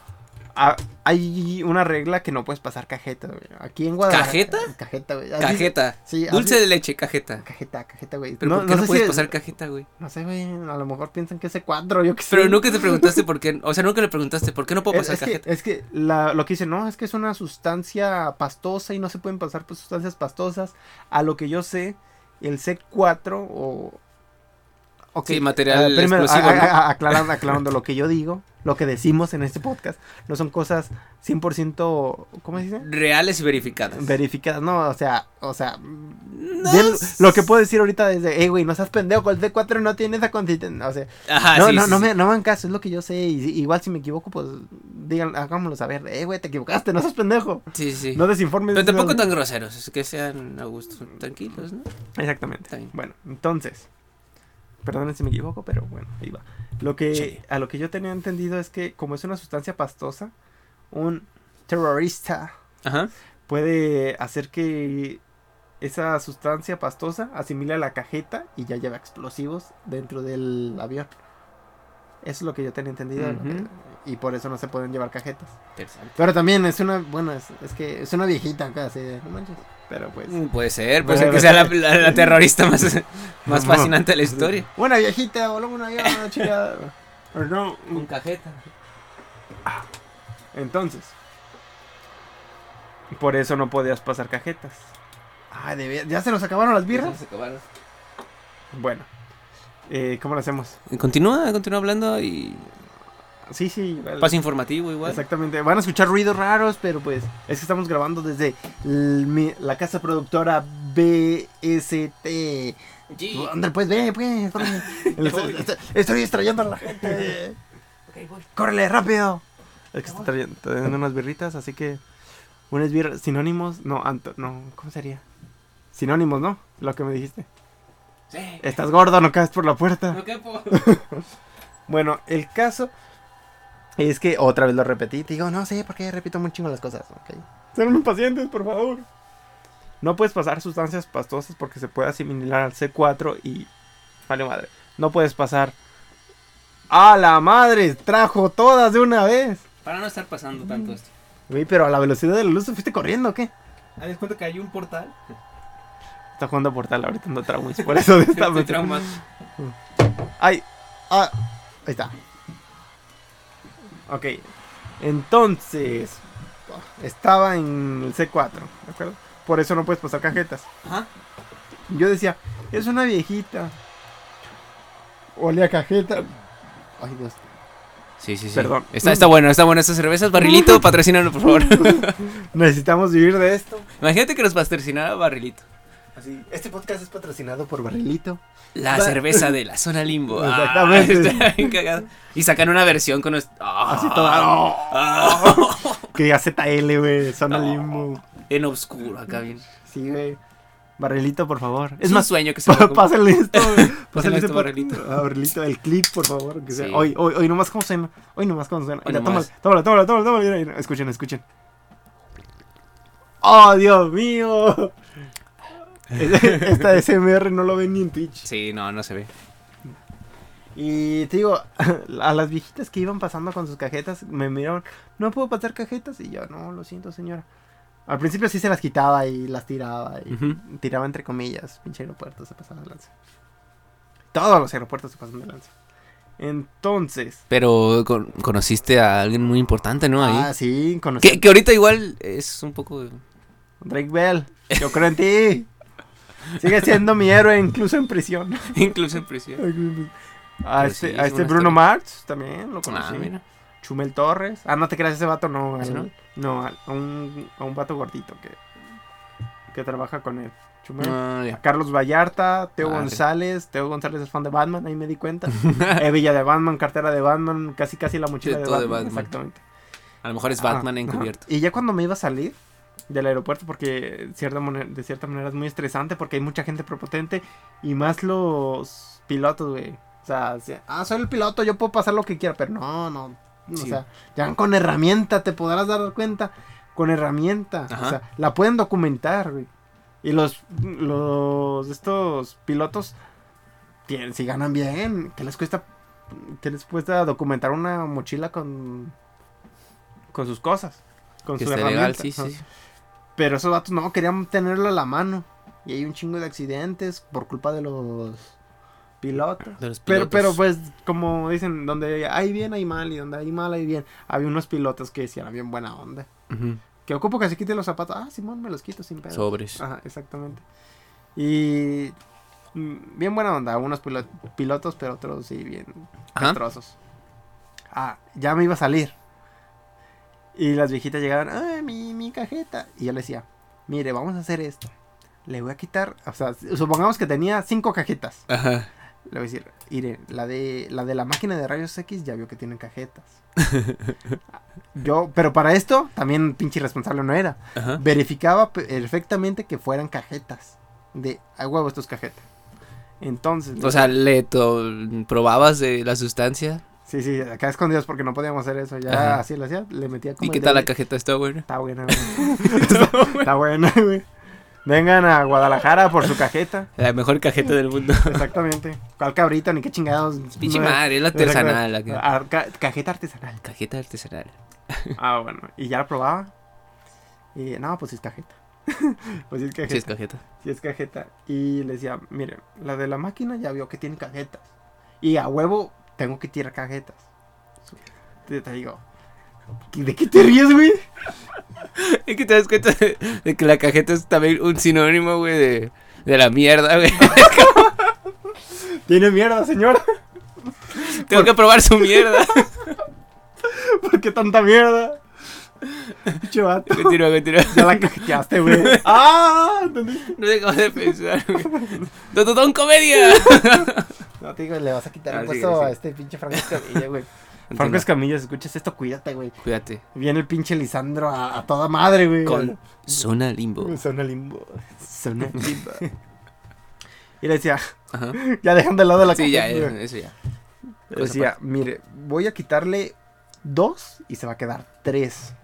Speaker 1: ah, hay una regla que no puedes pasar cajeta, güey. Aquí en Guadalajara.
Speaker 2: ¿Cajeta?
Speaker 1: Cajeta, güey. Así-
Speaker 2: Cajeta.
Speaker 1: Sí, así-
Speaker 2: Dulce de leche, cajeta.
Speaker 1: Cajeta, cajeta, güey.
Speaker 2: Pero ¿por qué no,
Speaker 1: sé
Speaker 2: puedes
Speaker 1: si-
Speaker 2: pasar cajeta, güey?
Speaker 1: No sé, güey. A lo mejor piensan que es C4, yo qué sé.
Speaker 2: Pero nunca te preguntaste por qué. O sea, nunca le preguntaste por qué no puedo
Speaker 1: Es-
Speaker 2: pasar
Speaker 1: es,
Speaker 2: cajeta.
Speaker 1: Que, es que la- lo que dicen, no, es que es una sustancia pastosa y no se pueden pasar pues, sustancias pastosas. A lo que yo sé, el C4 o, ok.
Speaker 2: Sí, material
Speaker 1: Ah, primero,
Speaker 2: explosivo,
Speaker 1: a- a-
Speaker 2: ¿no?
Speaker 1: a- aclarando, aclarando lo que yo digo, lo que decimos en este podcast, no son cosas 100%, ¿cómo se dice?
Speaker 2: Reales y verificadas.
Speaker 1: Verificadas, no, o sea, o sea, mm,
Speaker 2: No
Speaker 1: bien,
Speaker 2: es-
Speaker 1: lo que puedo decir ahorita es de, hey, güey, no seas pendejo, el D4 no tiene esa consistencia, o sea,
Speaker 2: Ajá,
Speaker 1: no,
Speaker 2: Ah, sí,
Speaker 1: no,
Speaker 2: sí,
Speaker 1: no,
Speaker 2: sí.
Speaker 1: Me, no me hagan caso, es lo que yo sé. Y, si- igual si me equivoco, pues digan, hagámoslo saber. Eh, güey, te equivocaste, no seas pendejo.
Speaker 2: Sí, sí.
Speaker 1: No desinformes.
Speaker 2: Pero tampoco tan groseros, es que sean a gusto, tranquilos, ¿no? Está
Speaker 1: Exactamente.
Speaker 2: bien.
Speaker 1: Bueno, entonces. Perdón si me equivoco, pero bueno, ahí va. Lo que,
Speaker 2: Sí.
Speaker 1: A lo que yo tenía entendido es que, como es una sustancia pastosa, un terrorista
Speaker 2: Ajá.
Speaker 1: puede hacer que esa sustancia pastosa asimile a la cajeta y ya lleva explosivos dentro del avión. Eso es lo que yo tenía entendido. lo que-
Speaker 2: Ujú.
Speaker 1: y por eso no se pueden llevar cajetas.
Speaker 2: Interesante.
Speaker 1: Pero también es una, bueno, es, es que es una viejita acá, así de, no manches. Pero pues.
Speaker 2: Mm, Puede ser, puede ser
Speaker 1: Bueno,
Speaker 2: que sea la, la- la terrorista más, más
Speaker 1: No.
Speaker 2: fascinante de la historia.
Speaker 1: Una viejita, o luego una vieja, una chica. No.
Speaker 2: Con cajeta.
Speaker 1: Entonces. Por eso no podías pasar cajetas. Ah, de ver- ¿ya se nos acabaron las birras? Bueno. eh, ¿Cómo lo hacemos?
Speaker 2: Continúa, continúa hablando y
Speaker 1: Sí, sí. vale.
Speaker 2: paso informativo igual.
Speaker 1: Exactamente. Van a escuchar ruidos raros, pero pues es que estamos grabando desde l- mi- la casa productora BST.
Speaker 2: Sí.
Speaker 1: Ándale, pues ve, pues. órale. El-
Speaker 2: voy.
Speaker 1: estoy, estoy distrayendo a la gente. ¡Córrele, rápido! Es que está trayendo, está trayendo unas birritas, así que. Unas birras. Sinónimos. No, Anto. No, ¿cómo sería? Sinónimos, ¿no? Lo que me dijiste. Estás gordo, no caes por la puerta. Bueno, el caso es que otra vez lo repetí. Te digo, no sé por qué repito muy chingo las cosas. ¿ok? Sean muy pacientes, por favor. No puedes pasar sustancias pastosas porque se puede asimilar al C4 y. Vale, madre. No puedes pasar. ¡A la madre! ¡Trajo todas de una vez!
Speaker 2: Para no estar pasando tanto esto.
Speaker 1: Güey, pero a la velocidad de la luz, ¿te ¿fuiste corriendo o qué?
Speaker 2: ¿Habías cuenta que hay un portal?
Speaker 1: Está jugando a portal ahorita, no traumas. Por eso está
Speaker 2: Estoy traumado.
Speaker 1: Ay, ah, ahí está. Ok, entonces estaba en el C4, ¿de acuerdo? Por eso no puedes pasar cajetas.
Speaker 2: Ajá.
Speaker 1: Yo decía, es una viejita. Olía a cajeta. Ay, Dios.
Speaker 2: Sí, sí, sí.
Speaker 1: Perdón.
Speaker 2: Está, está bueno, está bueno estas cervezas. Barrilito, patrocínanos, por favor.
Speaker 1: Necesitamos vivir de esto.
Speaker 2: Imagínate que nos patrocinara Barrilito.
Speaker 1: Así, este podcast es patrocinado por Barrilito.
Speaker 2: La
Speaker 1: Ba-
Speaker 2: cerveza de la zona limbo. Ah,
Speaker 1: Exactamente.
Speaker 2: está bien cagado. Y sacan una versión con... nuestro- Ah,
Speaker 1: Así todo.
Speaker 2: ah,
Speaker 1: Que ZL, güey. Zona
Speaker 2: No.
Speaker 1: limbo.
Speaker 2: en oscuro acá bien.
Speaker 1: Sí, güey. Barrilito, por favor.
Speaker 2: Es más sueño que se me
Speaker 1: Pa-
Speaker 2: ocurre.
Speaker 1: Pásenle esto. güey.
Speaker 2: Pásenle esto,
Speaker 1: pa-
Speaker 2: Barrilito.
Speaker 1: a Barrilito, el clip, por favor. que sea-
Speaker 2: Sí.
Speaker 1: Hoy, hoy, hoy nomás como suena. Hoy nomás como suena.
Speaker 2: Hoy
Speaker 1: Mira,
Speaker 2: nomás.
Speaker 1: Tómala, tómala, tómala, tómala. mira, mira. Escuchen, escuchen. ¡Oh, Dios mío! Esta SMR no lo ven ni en Twitch.
Speaker 2: Sí, no, no se ve.
Speaker 1: Y te digo, a las viejitas que iban pasando con sus cajetas, me miraron, no puedo pasar cajetas. Y yo, no, lo siento, señora. Al principio sí se las quitaba y las tiraba. Y
Speaker 2: Ujú.
Speaker 1: tiraba entre comillas. Pinche aeropuerto se pasaba de lanza. Todos los aeropuertos se pasan de lanza. Entonces.
Speaker 2: Pero con- conociste a alguien muy importante, ¿no? Ahí.
Speaker 1: Ah, sí, conocí.
Speaker 2: que, que ahorita igual es un poco...
Speaker 1: Drake Bell, yo creo en ti. Sigue siendo mi héroe, incluso en prisión.
Speaker 2: Incluso en prisión.
Speaker 1: A
Speaker 2: Pero
Speaker 1: este,
Speaker 2: Pues sí,
Speaker 1: a
Speaker 2: es
Speaker 1: este
Speaker 2: una
Speaker 1: Bruno
Speaker 2: historia.
Speaker 1: Mars también lo
Speaker 2: Ah,
Speaker 1: conocí.
Speaker 2: mira.
Speaker 1: Chumel Torres. Ah, no te creas, ese vato no.
Speaker 2: ¿Ese
Speaker 1: al-
Speaker 2: no?
Speaker 1: no, al- a, un, a un vato gordito que, que trabaja con él. Chumel.
Speaker 2: Ah,
Speaker 1: A
Speaker 2: ya.
Speaker 1: Carlos Vallarta, Teo
Speaker 2: Ah, sí.
Speaker 1: González. Teo González es fan de Batman, ahí me di cuenta. Hebilla de Batman, cartera de Batman, casi casi la mochila
Speaker 2: De
Speaker 1: de
Speaker 2: todo
Speaker 1: Batman,
Speaker 2: de Batman.
Speaker 1: Exactamente.
Speaker 2: A lo mejor es
Speaker 1: Ah,
Speaker 2: Batman
Speaker 1: ajá.
Speaker 2: encubierto.
Speaker 1: Y ya cuando me iba a salir del aeropuerto, porque cierta mone- de cierta manera es muy estresante, porque hay mucha gente prepotente y más los pilotos, güey. O sea, si- ah, soy el piloto, yo puedo pasar lo que quiera, pero no, no. no, O
Speaker 2: Sí.
Speaker 1: sea, ya con herramienta te podrás dar cuenta. Con herramienta. O
Speaker 2: Ajá.
Speaker 1: sea, la pueden documentar, güey. Y los, los, estos pilotos, tienen, si ganan bien, ¿qué les cuesta, qué les cuesta documentar una mochila con, con sus cosas? Con
Speaker 2: Que
Speaker 1: su
Speaker 2: esté legal,
Speaker 1: herramienta.
Speaker 2: sí,
Speaker 1: ajá.
Speaker 2: sí.
Speaker 1: Pero esos datos no, querían tenerlo a la mano. Y hay un chingo de accidentes por culpa de los pilotos.
Speaker 2: De los
Speaker 1: Pero,
Speaker 2: pilotos.
Speaker 1: pero pues, como dicen, donde hay bien hay mal y donde hay mal hay bien. Había unos pilotos que decían, bien buena onda.
Speaker 2: Ujú.
Speaker 1: Que ocupo que se "Ah, quite los zapatos. Ah, Simón, me los quito sin pedo.
Speaker 2: Sobres.
Speaker 1: Ajá, exactamente. Y mm, bien buena onda. Unos pilo- pilotos, pero otros sí, bien
Speaker 2: Ajá.
Speaker 1: trozos. Ah, ya me iba a salir. Y las viejitas llegaban, ¡ay, mi, mi cajeta! Y yo le decía, mire, vamos a hacer esto. Le voy a quitar, o sea, supongamos que tenía cinco cajetas.
Speaker 2: Ajá.
Speaker 1: Le voy a decir, mire, la de, la de la máquina de rayos X ya vio que tienen cajetas. Yo, pero para esto, también pinche irresponsable no era.
Speaker 2: Ajá.
Speaker 1: Verificaba pe- perfectamente que fueran cajetas. De, a huevo, esto es cajeta. Entonces,
Speaker 2: O sea, le to- probabas de la sustancia.
Speaker 1: sí, sí, acá escondidos porque no podíamos hacer eso. Ya
Speaker 2: Ajá.
Speaker 1: así lo hacía, le metía como.
Speaker 2: ¿Y
Speaker 1: el
Speaker 2: qué tal la
Speaker 1: dedo.
Speaker 2: cajeta está, güey?
Speaker 1: Está buena, güey. Está buena, güey. Vengan a Guadalajara por su cajeta.
Speaker 2: La mejor cajeta del mundo.
Speaker 1: Exactamente. ¿Cuál cabrito? Ni qué chingados.
Speaker 2: Pinche
Speaker 1: No es-
Speaker 2: madre, es la artesanal. La ca-
Speaker 1: Ar- ca- cajeta artesanal.
Speaker 2: cajeta artesanal.
Speaker 1: Ah, bueno. Y ya la probaba. Y no, pues sí es cajeta. pues sí es
Speaker 2: Sí,
Speaker 1: cajeta.
Speaker 2: es cajeta.
Speaker 1: Sí es cajeta. Y le decía, mire, la de la máquina ya vio que tiene cajetas. Y a huevo tengo que tirar cajetas. Te, te digo. ¿De qué te ríes, güey?
Speaker 2: Es que te das cuenta de, de que la cajeta es también un sinónimo, güey, de, de la mierda, güey.
Speaker 1: Tiene mierda, señora.
Speaker 2: Tengo que probar su mierda.
Speaker 1: ¿Por qué tanta mierda? Pinche vato.
Speaker 2: Continúa, continúa.
Speaker 1: Ya la cajeteaste, güey. ¡Ah! ¿Entendiste?
Speaker 2: No dejamos de pensar, güey. ¡Dototón comedia!
Speaker 1: No, te digo, le vas a quitar
Speaker 2: Ah,
Speaker 1: el
Speaker 2: sigue,
Speaker 1: puesto a
Speaker 2: sigue.
Speaker 1: este pinche Franco Escamilla, güey. Franco
Speaker 2: Continúa.
Speaker 1: Escamilla, si escuchas esto, cuídate, güey.
Speaker 2: Cuídate.
Speaker 1: Viene el pinche Lisandro a, a toda madre, güey.
Speaker 2: Con Zona Limbo.
Speaker 1: Zona limbo. Zona limbo. y le decía,
Speaker 2: Ajá.
Speaker 1: ya dejando de lado la
Speaker 2: Sí, ya,
Speaker 1: cajeta, güey.
Speaker 2: eh, eso ya. Pues
Speaker 1: Le decía, mire, voy a quitarle dos y se va a quedar tres.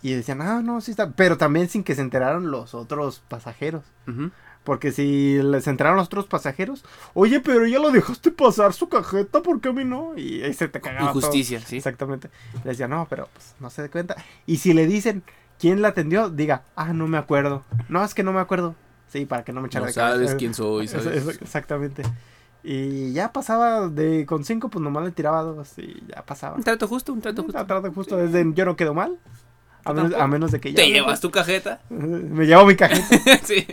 Speaker 1: Y decían, ah, no, sí está. Pero también sin que se enteraran los otros pasajeros.
Speaker 2: Ujú.
Speaker 1: Porque si les entraron los otros pasajeros, oye, pero ya lo dejaste pasar su cajeta, ¿por qué a mí no? Y ahí se te cagaba. todo.
Speaker 2: Injusticia, ¿sí?
Speaker 1: Exactamente. Le decía, no, pero pues no se dé cuenta. Y si le dicen quién la atendió, diga, ah, no me acuerdo. No, es que no me acuerdo. Sí, para que no me echara
Speaker 2: No
Speaker 1: de cabeza.
Speaker 2: sabes quién soy,
Speaker 1: Eso-
Speaker 2: ¿sabes?
Speaker 1: eso- Exactamente. Y ya pasaba de con cinco, pues nomás le tiraba dos y ya pasaba.
Speaker 2: Un trato justo, un trato
Speaker 1: Justo,
Speaker 2: justo.
Speaker 1: justo desde yo no quedo mal. A
Speaker 2: Yo
Speaker 1: menos,
Speaker 2: tampoco.
Speaker 1: a menos de que ya.
Speaker 2: ¿Te llevas tu cajeta?
Speaker 1: Me llevo mi cajeta.
Speaker 2: sí.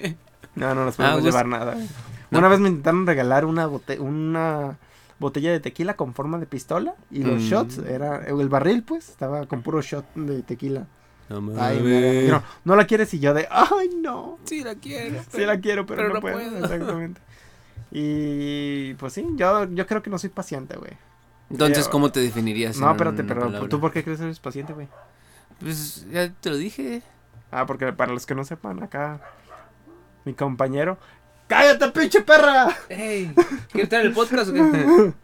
Speaker 1: No, no nos
Speaker 2: Ah,
Speaker 1: podemos
Speaker 2: pues-
Speaker 1: llevar nada. güey.
Speaker 2: No.
Speaker 1: Una vez me intentaron regalar una, bote- una botella de tequila con forma de pistola y los
Speaker 2: Mm.
Speaker 1: shots, era el barril pues, estaba con puro shot de tequila.
Speaker 2: No
Speaker 1: Ay, me dijeron, no la quieres y yo de, ay no,
Speaker 2: Sí, la quiero.
Speaker 1: sí la quiero pero,
Speaker 2: pero
Speaker 1: no,
Speaker 2: no
Speaker 1: puedo.
Speaker 2: puedo.
Speaker 1: Exactamente. Y pues sí, yo, yo creo que no soy paciente, güey.
Speaker 2: Entonces,
Speaker 1: Yo-
Speaker 2: ¿cómo te definirías? en
Speaker 1: No, espérate,
Speaker 2: una
Speaker 1: pero
Speaker 2: palabra?
Speaker 1: ¿tú por qué crees que eres paciente, güey?
Speaker 2: Pues ya te lo dije.
Speaker 1: Ah, porque para los que no sepan, acá mi compañero... ¡Cállate, pinche perra!
Speaker 2: ¡Ey! ¿Quieres estar en el podcast o qué?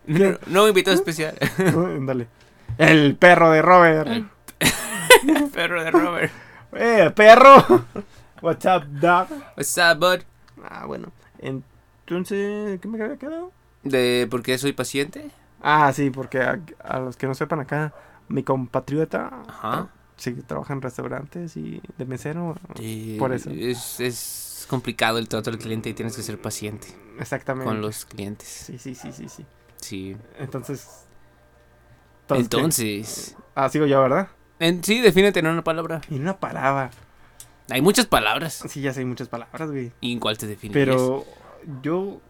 Speaker 2: No, no invitado especial.
Speaker 1: Ándale. El perro de Robert.
Speaker 2: El Perro de Robert.
Speaker 1: ¡Eh, perro! What's up, dog?
Speaker 2: What's up, bud?
Speaker 1: Ah, bueno. Entonces, ¿qué me había quedado?
Speaker 2: ¿De por qué soy paciente?
Speaker 1: Ah, sí, porque a, a los que no sepan acá, mi compatriota
Speaker 2: Ajá.
Speaker 1: sí trabaja en restaurantes y de mesero.
Speaker 2: Sí,
Speaker 1: Ah, Por eso.
Speaker 2: Es, es complicado el trato al cliente y tienes que ser paciente
Speaker 1: Exactamente.
Speaker 2: con los clientes.
Speaker 1: Sí, sí, sí, sí, sí.
Speaker 2: Sí.
Speaker 1: Entonces. ¿qué?
Speaker 2: Entonces.
Speaker 1: Ah, sigo yo, ¿verdad?
Speaker 2: En, sí, defínete en una palabra.
Speaker 1: Y una palabra.
Speaker 2: Hay muchas palabras.
Speaker 1: Sí, ya sé hay muchas palabras, güey.
Speaker 2: ¿Y en cuál te definirías?
Speaker 1: Pero yo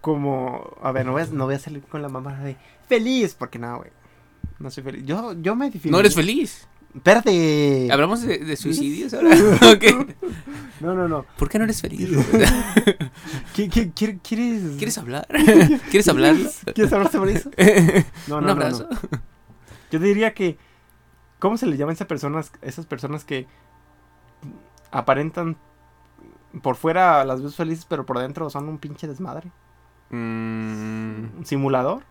Speaker 1: como a ver, no voy a, no voy a salir con la mamá de feliz, porque no, güey. No soy feliz. Yo, yo me defino.
Speaker 2: No eres feliz.
Speaker 1: Espérate.
Speaker 2: ¿Hablamos de, de suicidios ahora? ¿O qué?
Speaker 1: No, no, no.
Speaker 2: ¿Por qué no eres feliz?
Speaker 1: ¿Qui- qui- qui- ¿Quieres
Speaker 2: ¿Quieres hablar? ¿Quieres hablar?
Speaker 1: ¿Quieres hablar sobre eso? No, no,
Speaker 2: ¿Un
Speaker 1: no, no.
Speaker 2: abrazo?
Speaker 1: Yo diría que ¿cómo se le llaman esas personas esas personas que aparentan por fuera las ves felices, pero por dentro son un pinche desmadre?
Speaker 2: Mm,
Speaker 1: ¿Un simulador?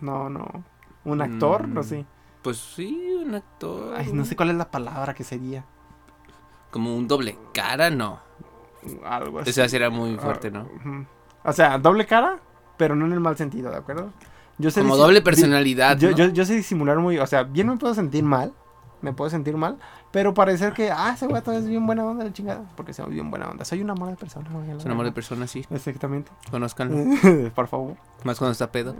Speaker 1: No, no. ¿Un actor? No
Speaker 2: Mm.
Speaker 1: sé.
Speaker 2: pues sí, un actor.
Speaker 1: Ay, no sé cuál es la palabra que sería.
Speaker 2: Como un doble cara, no.
Speaker 1: Algo así.
Speaker 2: Eso ya será
Speaker 1: Ah,
Speaker 2: muy fuerte, ¿no?
Speaker 1: Ujú. O sea, doble cara, pero no en el mal sentido, ¿de acuerdo? Yo sé
Speaker 2: Como
Speaker 1: disi-
Speaker 2: doble
Speaker 1: di-
Speaker 2: personalidad.
Speaker 1: Yo,
Speaker 2: ¿no?
Speaker 1: yo, yo sé disimular muy, o sea, bien me puedo sentir mal, me puedo sentir mal, pero parecer que, ah, ese gato es bien buena onda, la chingada, porque soy bien buena onda, soy un amor de persona. güey, la
Speaker 2: Es un amor de
Speaker 1: verdad.
Speaker 2: persona, sí.
Speaker 1: Exactamente.
Speaker 2: Conozcanlo.
Speaker 1: Por favor.
Speaker 2: Más cuando está pedo.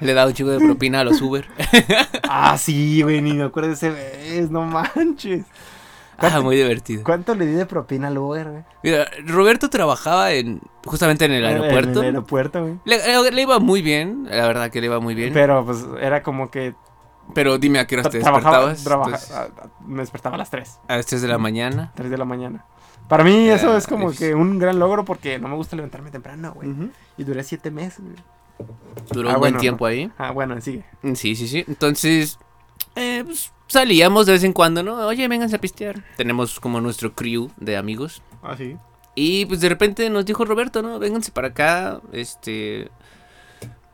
Speaker 2: Le da un chico de propina a los Uber.
Speaker 1: ah, sí, güey, ni me acuerdo de ese vez, no manches.
Speaker 2: Ah, muy divertido.
Speaker 1: ¿Cuánto le di de propina al Uber, güey?
Speaker 2: Mira, Roberto trabajaba en justamente en el aeropuerto.
Speaker 1: Eh, En el aeropuerto, güey.
Speaker 2: Le, le iba muy bien, la verdad que le iba muy bien. Pero,
Speaker 1: Pero pues era como que
Speaker 2: dime a qué horas te
Speaker 1: trabajaba,
Speaker 2: despertabas.
Speaker 1: trabaja-
Speaker 2: Entonces,
Speaker 1: a- a- me despertaba a las 3,
Speaker 2: a las 3 de la mañana.
Speaker 1: 3 de la mañana. Para mí
Speaker 2: Era
Speaker 1: eso es como
Speaker 2: difícil.
Speaker 1: que un gran logro porque no me gusta levantarme temprano, güey. Y duré 7 meses, güey.
Speaker 2: Duró
Speaker 1: Ah,
Speaker 2: un buen
Speaker 1: bueno.
Speaker 2: tiempo ahí.
Speaker 1: Ah, bueno, sigue.
Speaker 2: Mm, Sí, sí, sí. Entonces, eh, pues, salíamos de vez en cuando, ¿no? Oye, vénganse a pistear. Tenemos como nuestro crew de amigos.
Speaker 1: Ah, sí.
Speaker 2: Y pues de repente nos dijo Roberto, ¿no? Vénganse para acá, este...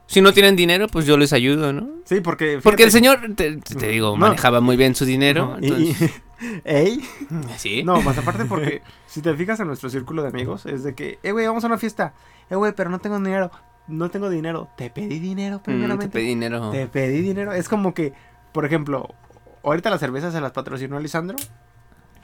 Speaker 2: Si no tienen dinero, pues yo les ayudo, ¿no?
Speaker 1: Sí, porque...
Speaker 2: Porque
Speaker 1: fíjate-
Speaker 2: el señor, te, te- te digo,
Speaker 1: No.
Speaker 2: manejaba muy bien su dinero.
Speaker 1: Ajá, y- y-
Speaker 2: Entonces,
Speaker 1: ¿Ey?
Speaker 2: sí. Mm,
Speaker 1: No, más aparte porque si te fijas en nuestro círculo de amigos, es de que, eh, güey, vamos a una fiesta. Eh, güey, pero no tengo dinero. No tengo dinero. Te pedí dinero
Speaker 2: Mm,
Speaker 1: primeramente.
Speaker 2: te pedí dinero.
Speaker 1: Te pedí dinero. Es como que, por ejemplo, ahorita las cervezas se las patrocinó Lisandro.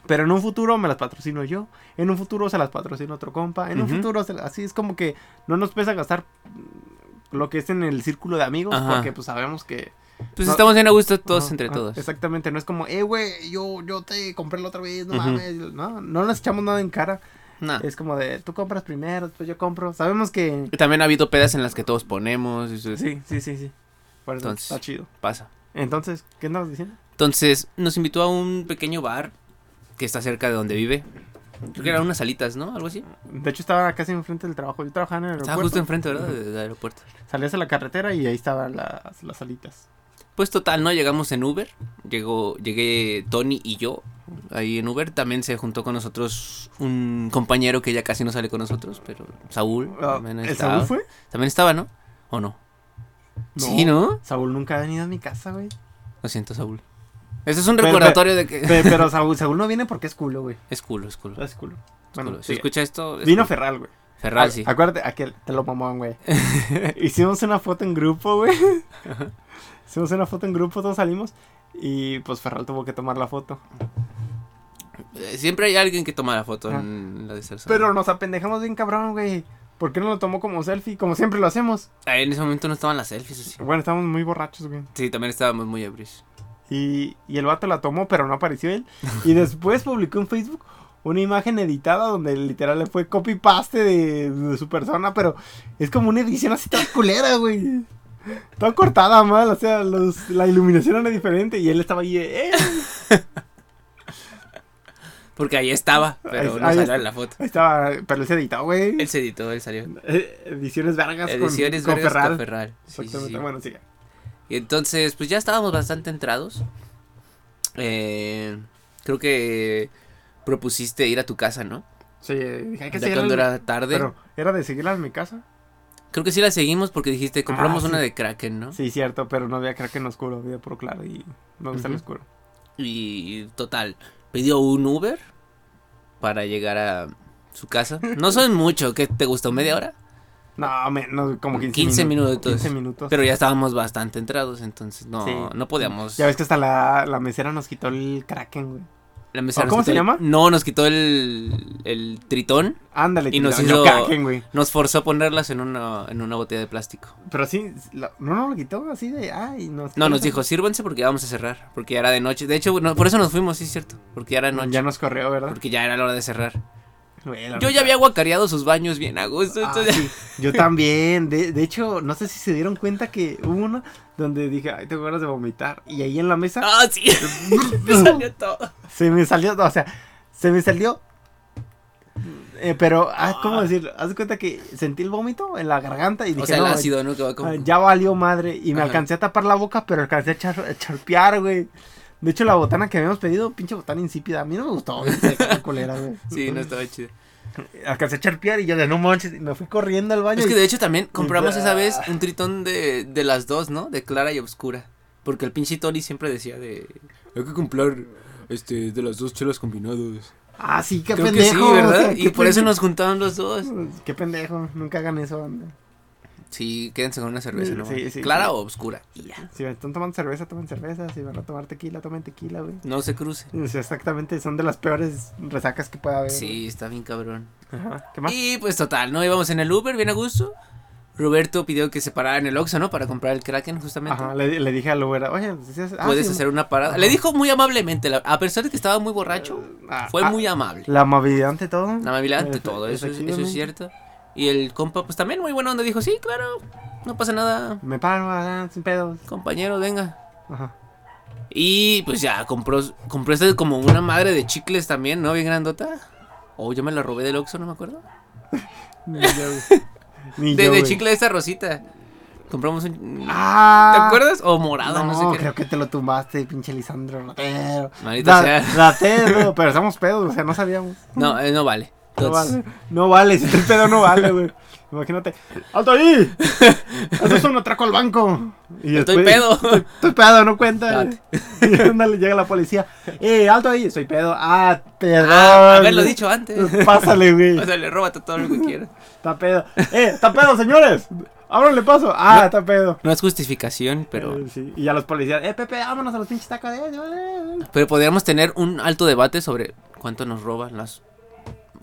Speaker 1: Pero en un futuro me las patrocino yo. En un futuro se las patrocina otro compa. En un
Speaker 2: Ujú.
Speaker 1: futuro, se la- así es como que no nos pesa gastar mm, lo que es en el círculo de amigos.
Speaker 2: Ajá.
Speaker 1: Porque pues sabemos que.
Speaker 2: Pues
Speaker 1: no-
Speaker 2: estamos bien a gusto todos
Speaker 1: Ajá,
Speaker 2: entre
Speaker 1: ajá,
Speaker 2: todos.
Speaker 1: Exactamente. No es como, eh, güey, yo, yo te compré la otra vez. No
Speaker 2: Ujú. Ah.
Speaker 1: mames. No, no nos echamos nada en cara.
Speaker 2: No.
Speaker 1: Es como de, tú compras primero, después yo compro. Sabemos que.
Speaker 2: Y También ha habido pedas en las que todos ponemos. y Eso
Speaker 1: Sí, sí, sí, sí. Por eso
Speaker 2: Entonces-
Speaker 1: está chido.
Speaker 2: pasa.
Speaker 1: Entonces, ¿qué andabas diciendo?
Speaker 2: Entonces nos invitó a un pequeño bar que está cerca de donde vive. Creo que eran unas salitas, ¿no? Algo así.
Speaker 1: De hecho, estaba casi enfrente del trabajo. Yo trabajaba en el
Speaker 2: Estaba
Speaker 1: aeropuerto.
Speaker 2: justo enfrente, ¿verdad? de- Del aeropuerto.
Speaker 1: Salías a la carretera y ahí estaban las, las alitas.
Speaker 2: Pues total, ¿no? Llegamos en Uber. Llegó, llegué Tony y yo ahí en Uber. También se juntó con nosotros un compañero que ya casi no sale con nosotros, pero Saúl.
Speaker 1: Ah,
Speaker 2: también
Speaker 1: ¿El
Speaker 2: estaba.
Speaker 1: Saúl fue?
Speaker 2: También estaba, ¿no? ¿O no? Sí, ¿no?
Speaker 1: Saúl nunca ha venido a mi casa, güey.
Speaker 2: Lo siento, Saúl. Eso es un
Speaker 1: Pero-
Speaker 2: recordatorio de que...
Speaker 1: Pe- Pero Saúl, Saúl no viene porque es culo, güey.
Speaker 2: Es culo, es culo. es
Speaker 1: Es culo.
Speaker 2: culo.
Speaker 1: Bueno,
Speaker 2: si
Speaker 1: sí.
Speaker 2: escucha esto... es
Speaker 1: Vino
Speaker 2: culo.
Speaker 1: Ferral, güey.
Speaker 2: Ferral,
Speaker 1: Ac-
Speaker 2: sí.
Speaker 1: Acuérdate, aquel, te lo mamón, güey. Hicimos una foto en grupo, güey. Hicimos una foto en grupo, todos salimos. Y pues Ferral tuvo que tomar la foto.
Speaker 2: Eh, Siempre hay alguien que toma la foto
Speaker 1: Ah.
Speaker 2: en la de Celso.
Speaker 1: Pero nos apendejamos bien cabrón, güey. ¿Por qué no lo tomó como selfie? Como siempre lo hacemos.
Speaker 2: Ah, En ese momento no estaban las selfies, ¿o sí.
Speaker 1: Bueno, estamos muy borrachos, güey.
Speaker 2: Sí, también estábamos muy ebrios.
Speaker 1: Y, y el vato la tomó, pero no apareció él. Y después publicó en Facebook una imagen editada donde literal le fue copy-paste de, de su persona, pero es como una edición así tan culera, güey. Tan cortada mal, o sea, los- la iluminación era diferente y él estaba ahí, eh,
Speaker 2: Porque ahí estaba, pero
Speaker 1: Ahí-
Speaker 2: no
Speaker 1: ahí
Speaker 2: salió
Speaker 1: está.
Speaker 2: en la foto.
Speaker 1: ahí estaba, pero él se editó, güey.
Speaker 2: Él se editó, él salió.
Speaker 1: Eh, Ediciones vergas con-
Speaker 2: Ediciones
Speaker 1: con,
Speaker 2: Vergas
Speaker 1: Ferral.
Speaker 2: con Ferral. Sí, sí,
Speaker 1: Exactamente,
Speaker 2: sí.
Speaker 1: bueno, sí.
Speaker 2: Y entonces, pues ya estábamos bastante entrados. Eh, creo que propusiste ir a tu casa, ¿no?
Speaker 1: Sí, dije, hay que
Speaker 2: Ya
Speaker 1: seguir
Speaker 2: cuando
Speaker 1: al-
Speaker 2: era tarde.
Speaker 1: Pero, ¿era de seguirla en mi casa?
Speaker 2: Creo que sí la seguimos porque dijiste, compramos
Speaker 1: Ah,
Speaker 2: una
Speaker 1: sí.
Speaker 2: de Kraken, ¿no?
Speaker 1: Sí, cierto, pero no había crack en oscuro, había por claro y me gusta el
Speaker 2: Ujú.
Speaker 1: oscuro.
Speaker 2: Y total, pidió un Uber para llegar a su casa. No son mucho, ¿qué te gustó? ¿Media hora?
Speaker 1: No, menos, como 15,
Speaker 2: 15 minutos.
Speaker 1: 15 minutos.
Speaker 2: Pero ya estábamos bastante entrados, entonces no,
Speaker 1: Sí.
Speaker 2: no podíamos.
Speaker 1: Ya ves que hasta la, la mesera nos quitó el Kraken, güey.
Speaker 2: La mesa
Speaker 1: ¿O
Speaker 2: nos
Speaker 1: cómo se
Speaker 2: quitó el-
Speaker 1: llama?
Speaker 2: No, nos quitó el, el tritón.
Speaker 1: Ándale,
Speaker 2: Y nos
Speaker 1: quitaron el
Speaker 2: hizo-
Speaker 1: Kraken, güey.
Speaker 2: Nos forzó a ponerlas en una, en una botella de plástico.
Speaker 1: Pero sí, la- no nos lo quitó así de, ay, nos
Speaker 2: No, nos dijo, sírvanse porque ya vamos a cerrar. Porque ya era de noche. De hecho, no, por eso nos fuimos, sí es cierto. Porque ya era noche.
Speaker 1: Ya nos corrió, ¿verdad?
Speaker 2: Porque ya era la hora de cerrar.
Speaker 1: Güey, la
Speaker 2: Yo
Speaker 1: neta.
Speaker 2: ya había guacareado sus baños bien a gusto.
Speaker 1: Ah,
Speaker 2: entonces-
Speaker 1: sí, Yo también, de, de hecho, no sé si se dieron cuenta que hubo uno donde dije, ay, tengo ganas de vomitar. Y ahí en la mesa
Speaker 2: Ah, sí. Me salió todo.
Speaker 1: se me salió, o sea, se me salió. Eh, pero, ah, ¿cómo decirlo? Haz de cuenta que sentí el vómito en la garganta y dije,
Speaker 2: o sea, el
Speaker 1: no,
Speaker 2: ácido, ¿no? Que va como-
Speaker 1: Ah, Ya valió madre. Y me
Speaker 2: Ajá.
Speaker 1: alcancé a tapar la boca, pero alcancé a, char- a charpear, güey. De hecho, la botana que habíamos pedido, pinche botana insípida, a mí no me gustó. güey, qué colera, güey.
Speaker 2: Sí, no estaba chido.
Speaker 1: Alcancé a charpear y yo de no manches. y me fui corriendo al baño.
Speaker 2: Es que
Speaker 1: y-
Speaker 2: de hecho también compramos
Speaker 1: Ah.
Speaker 2: esa vez un tritón de, de las dos, ¿no? De clara y obscura. Porque el pinche Tony siempre decía de... Hay que comprar este, de las dos chelas combinadas.
Speaker 1: Ah, sí, qué
Speaker 2: Creo
Speaker 1: pendejo.
Speaker 2: que sí, ¿verdad?
Speaker 1: o sea,
Speaker 2: y
Speaker 1: qué
Speaker 2: por eso
Speaker 1: pen-
Speaker 2: nos juntaron los dos.
Speaker 1: Qué pendejo, nunca hagan eso, banda.
Speaker 2: Sí, quédense con una cerveza, ¿no?
Speaker 1: Mm, Sí, sí,
Speaker 2: clara
Speaker 1: sí.
Speaker 2: o obscura. Y ya.
Speaker 1: Si están tomando cerveza, tomen cerveza. Si van a tomar tequila, tomen tequila, güey.
Speaker 2: No se cruce.
Speaker 1: O sea, exactamente, son de las peores resacas que pueda haber.
Speaker 2: Sí, está bien cabrón.
Speaker 1: güey. Ajá. ¿Qué más?
Speaker 2: Y pues total, ¿no? Íbamos en el Uber, bien a gusto. Roberto pidió que se parara en el Oxxo, ¿no? Para comprar el Kraken, justamente.
Speaker 1: Ajá, le, le dije a Lobera, oye, decías- ah,
Speaker 2: Puedes
Speaker 1: sí,
Speaker 2: hacer una parada. Le dijo muy amablemente, la- a pesar de que estaba muy borracho,
Speaker 1: ah,
Speaker 2: fue
Speaker 1: ah,
Speaker 2: muy amable.
Speaker 1: La amabilidad ante todo.
Speaker 2: La amabilidad ante
Speaker 1: Efe-
Speaker 2: todo, eso, es- eso es
Speaker 1: efectivamente.
Speaker 2: cierto. Y el compa, pues también muy buena onda, dijo, sí, claro, no pasa nada,
Speaker 1: Me paro, ah, sin pedos.
Speaker 2: compañero, venga.
Speaker 1: Ajá.
Speaker 2: Y pues ya, compró, compró este como una madre de chicles también, ¿no? Bien grandota. O yo me la robé del Oxxo, no me acuerdo.
Speaker 1: Ni yo, güey. Ni
Speaker 2: De,
Speaker 1: yo,
Speaker 2: de
Speaker 1: güey.
Speaker 2: chicle esa rosita. Compramos un...
Speaker 1: Ah,
Speaker 2: ¿Te acuerdas? O morada,
Speaker 1: No,
Speaker 2: no, sé qué.
Speaker 1: creo que te lo tumbaste, pinche Lisandro. Ratero.
Speaker 2: Maldita
Speaker 1: Da-
Speaker 2: sea.
Speaker 1: ratero, pero estamos pedos, o sea, no sabíamos.
Speaker 2: No, eh, no vale.
Speaker 1: No
Speaker 2: Entonces,
Speaker 1: vale, no vale, si el pedo no vale, güey. Imagínate, ¡alto ahí! Haces un atraco al banco. Y
Speaker 2: Estoy
Speaker 1: después-
Speaker 2: pedo. Ah.
Speaker 1: Estoy pedo, no cuenta.
Speaker 2: Date.
Speaker 1: Y ándale, llega la policía. ¡Eh, alto ahí! Estoy pedo. ¡Ah, perdón!
Speaker 2: Ah, haberlo
Speaker 1: güey.
Speaker 2: dicho antes.
Speaker 1: Pásale, güey.
Speaker 2: O sea, le róbate todo lo que quieras.
Speaker 1: Está pedo. ¡Eh, está pedo, señores! ¡Ábranle paso! ¡Ah, está pedo!
Speaker 2: No es justificación, pero...
Speaker 1: Eh, sí. Y a los policías, ¡eh, Pepe, vámonos a los pinches tacos! eh, eh, eh".
Speaker 2: Pero podríamos tener un alto debate sobre cuánto nos roban las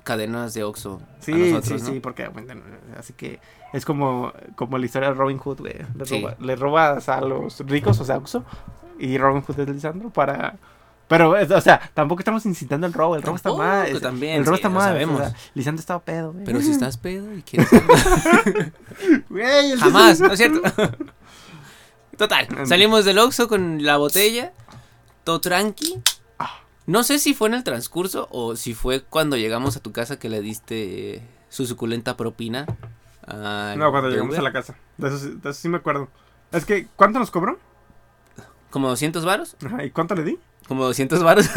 Speaker 2: cadenas de Oxxo. a
Speaker 1: Sí,
Speaker 2: nosotros,
Speaker 1: sí,
Speaker 2: ¿no?
Speaker 1: sí, porque bueno, así que es como, como la historia de Robin Hood, güey. Le,
Speaker 2: Sí.
Speaker 1: roba- le robas a los ricos, o sea, Uso, y Robin Hood es Lisandro para... Pero, es- o sea, tampoco estamos incitando el robo, el robo está mal.
Speaker 2: Tampoco,
Speaker 1: es-
Speaker 2: también,
Speaker 1: el robo
Speaker 2: sí,
Speaker 1: está
Speaker 2: lo
Speaker 1: mal. o
Speaker 2: sabemos.
Speaker 1: sea, Lisandro estaba pedo, güey.
Speaker 2: Pero si estás pedo y quieres...
Speaker 1: Güey, el-
Speaker 2: Jamás, ¿no es cierto? Total, salimos del Oxxo con la botella, todo tranqui. No sé si fue en el transcurso o si fue cuando llegamos a tu casa que le diste eh, su suculenta propina. al
Speaker 1: No, cuando llegamos
Speaker 2: Uber.
Speaker 1: a la casa. De eso, sí- de eso sí me acuerdo. Es que, ¿cuánto nos cobró?
Speaker 2: ¿Como 200 varos?
Speaker 1: Ajá, ¿Y cuánto le di?
Speaker 2: ¿Como 200 varos?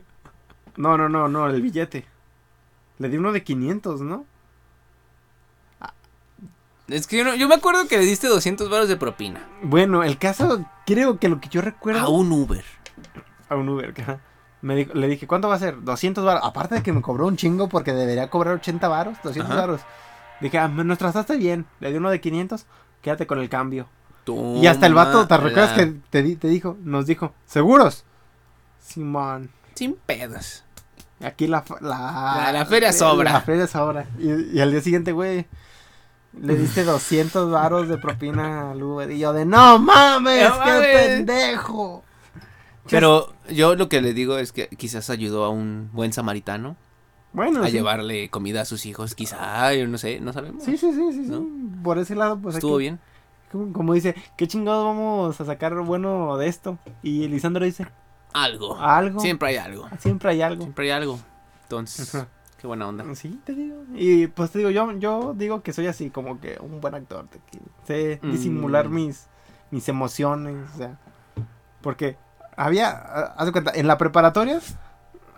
Speaker 1: No, no, no, no, el billete. Le di uno de 500, ¿no?
Speaker 2: es que yo, no- yo me acuerdo que le diste 200 varos de propina
Speaker 1: Bueno, el caso, creo que lo que yo recuerdo...
Speaker 2: a un Uber.
Speaker 1: a un Uber. ajá. Me dijo- le dije, ¿cuánto va a ser? 200 varos. Aparte de que me cobró un chingo porque debería cobrar 80 varos, 200
Speaker 2: Ajá.
Speaker 1: varos. Dije, ah, me- nos trataste bien. Le di uno de 500, quédate con el cambio. y
Speaker 2: Tómala.
Speaker 1: hasta el vato, ¿te recuerdas que te, di- te dijo? Nos dijo, ¿seguros? Simón,
Speaker 2: Sin pedos.
Speaker 1: aquí la, fa- la,
Speaker 2: La- la feria sobra.
Speaker 1: La feria sobra. Y, y al día siguiente, güey, le diste 200 varos de propina al Uber. Y yo de, no mames,
Speaker 2: No
Speaker 1: qué
Speaker 2: mames".
Speaker 1: pendejo.
Speaker 2: Pero yo lo que le digo es que quizás ayudó a un buen samaritano.
Speaker 1: Bueno,
Speaker 2: a
Speaker 1: sí.
Speaker 2: llevarle comida a sus hijos, quizá, yo no sé, no sabemos.
Speaker 1: Sí, sí, sí, sí, sí.
Speaker 2: ¿No?
Speaker 1: Por ese lado, pues
Speaker 2: Estuvo
Speaker 1: aquí-
Speaker 2: bien.
Speaker 1: Como, como dice, ¿qué chingados vamos a sacar bueno de esto? Y Lisandro dice,
Speaker 2: Algo.
Speaker 1: algo. Siempre,
Speaker 2: Siempre hay algo.
Speaker 1: hay algo.
Speaker 2: Siempre hay algo. Entonces,
Speaker 1: Ajá.
Speaker 2: qué buena onda.
Speaker 1: Sí, te digo. Y pues te digo, yo, yo digo que soy así, como que un buen actor. de que sé
Speaker 2: Mm.
Speaker 1: disimular mis, mis emociones. O sea, porque había, ah, haz de cuenta, en la preparatoria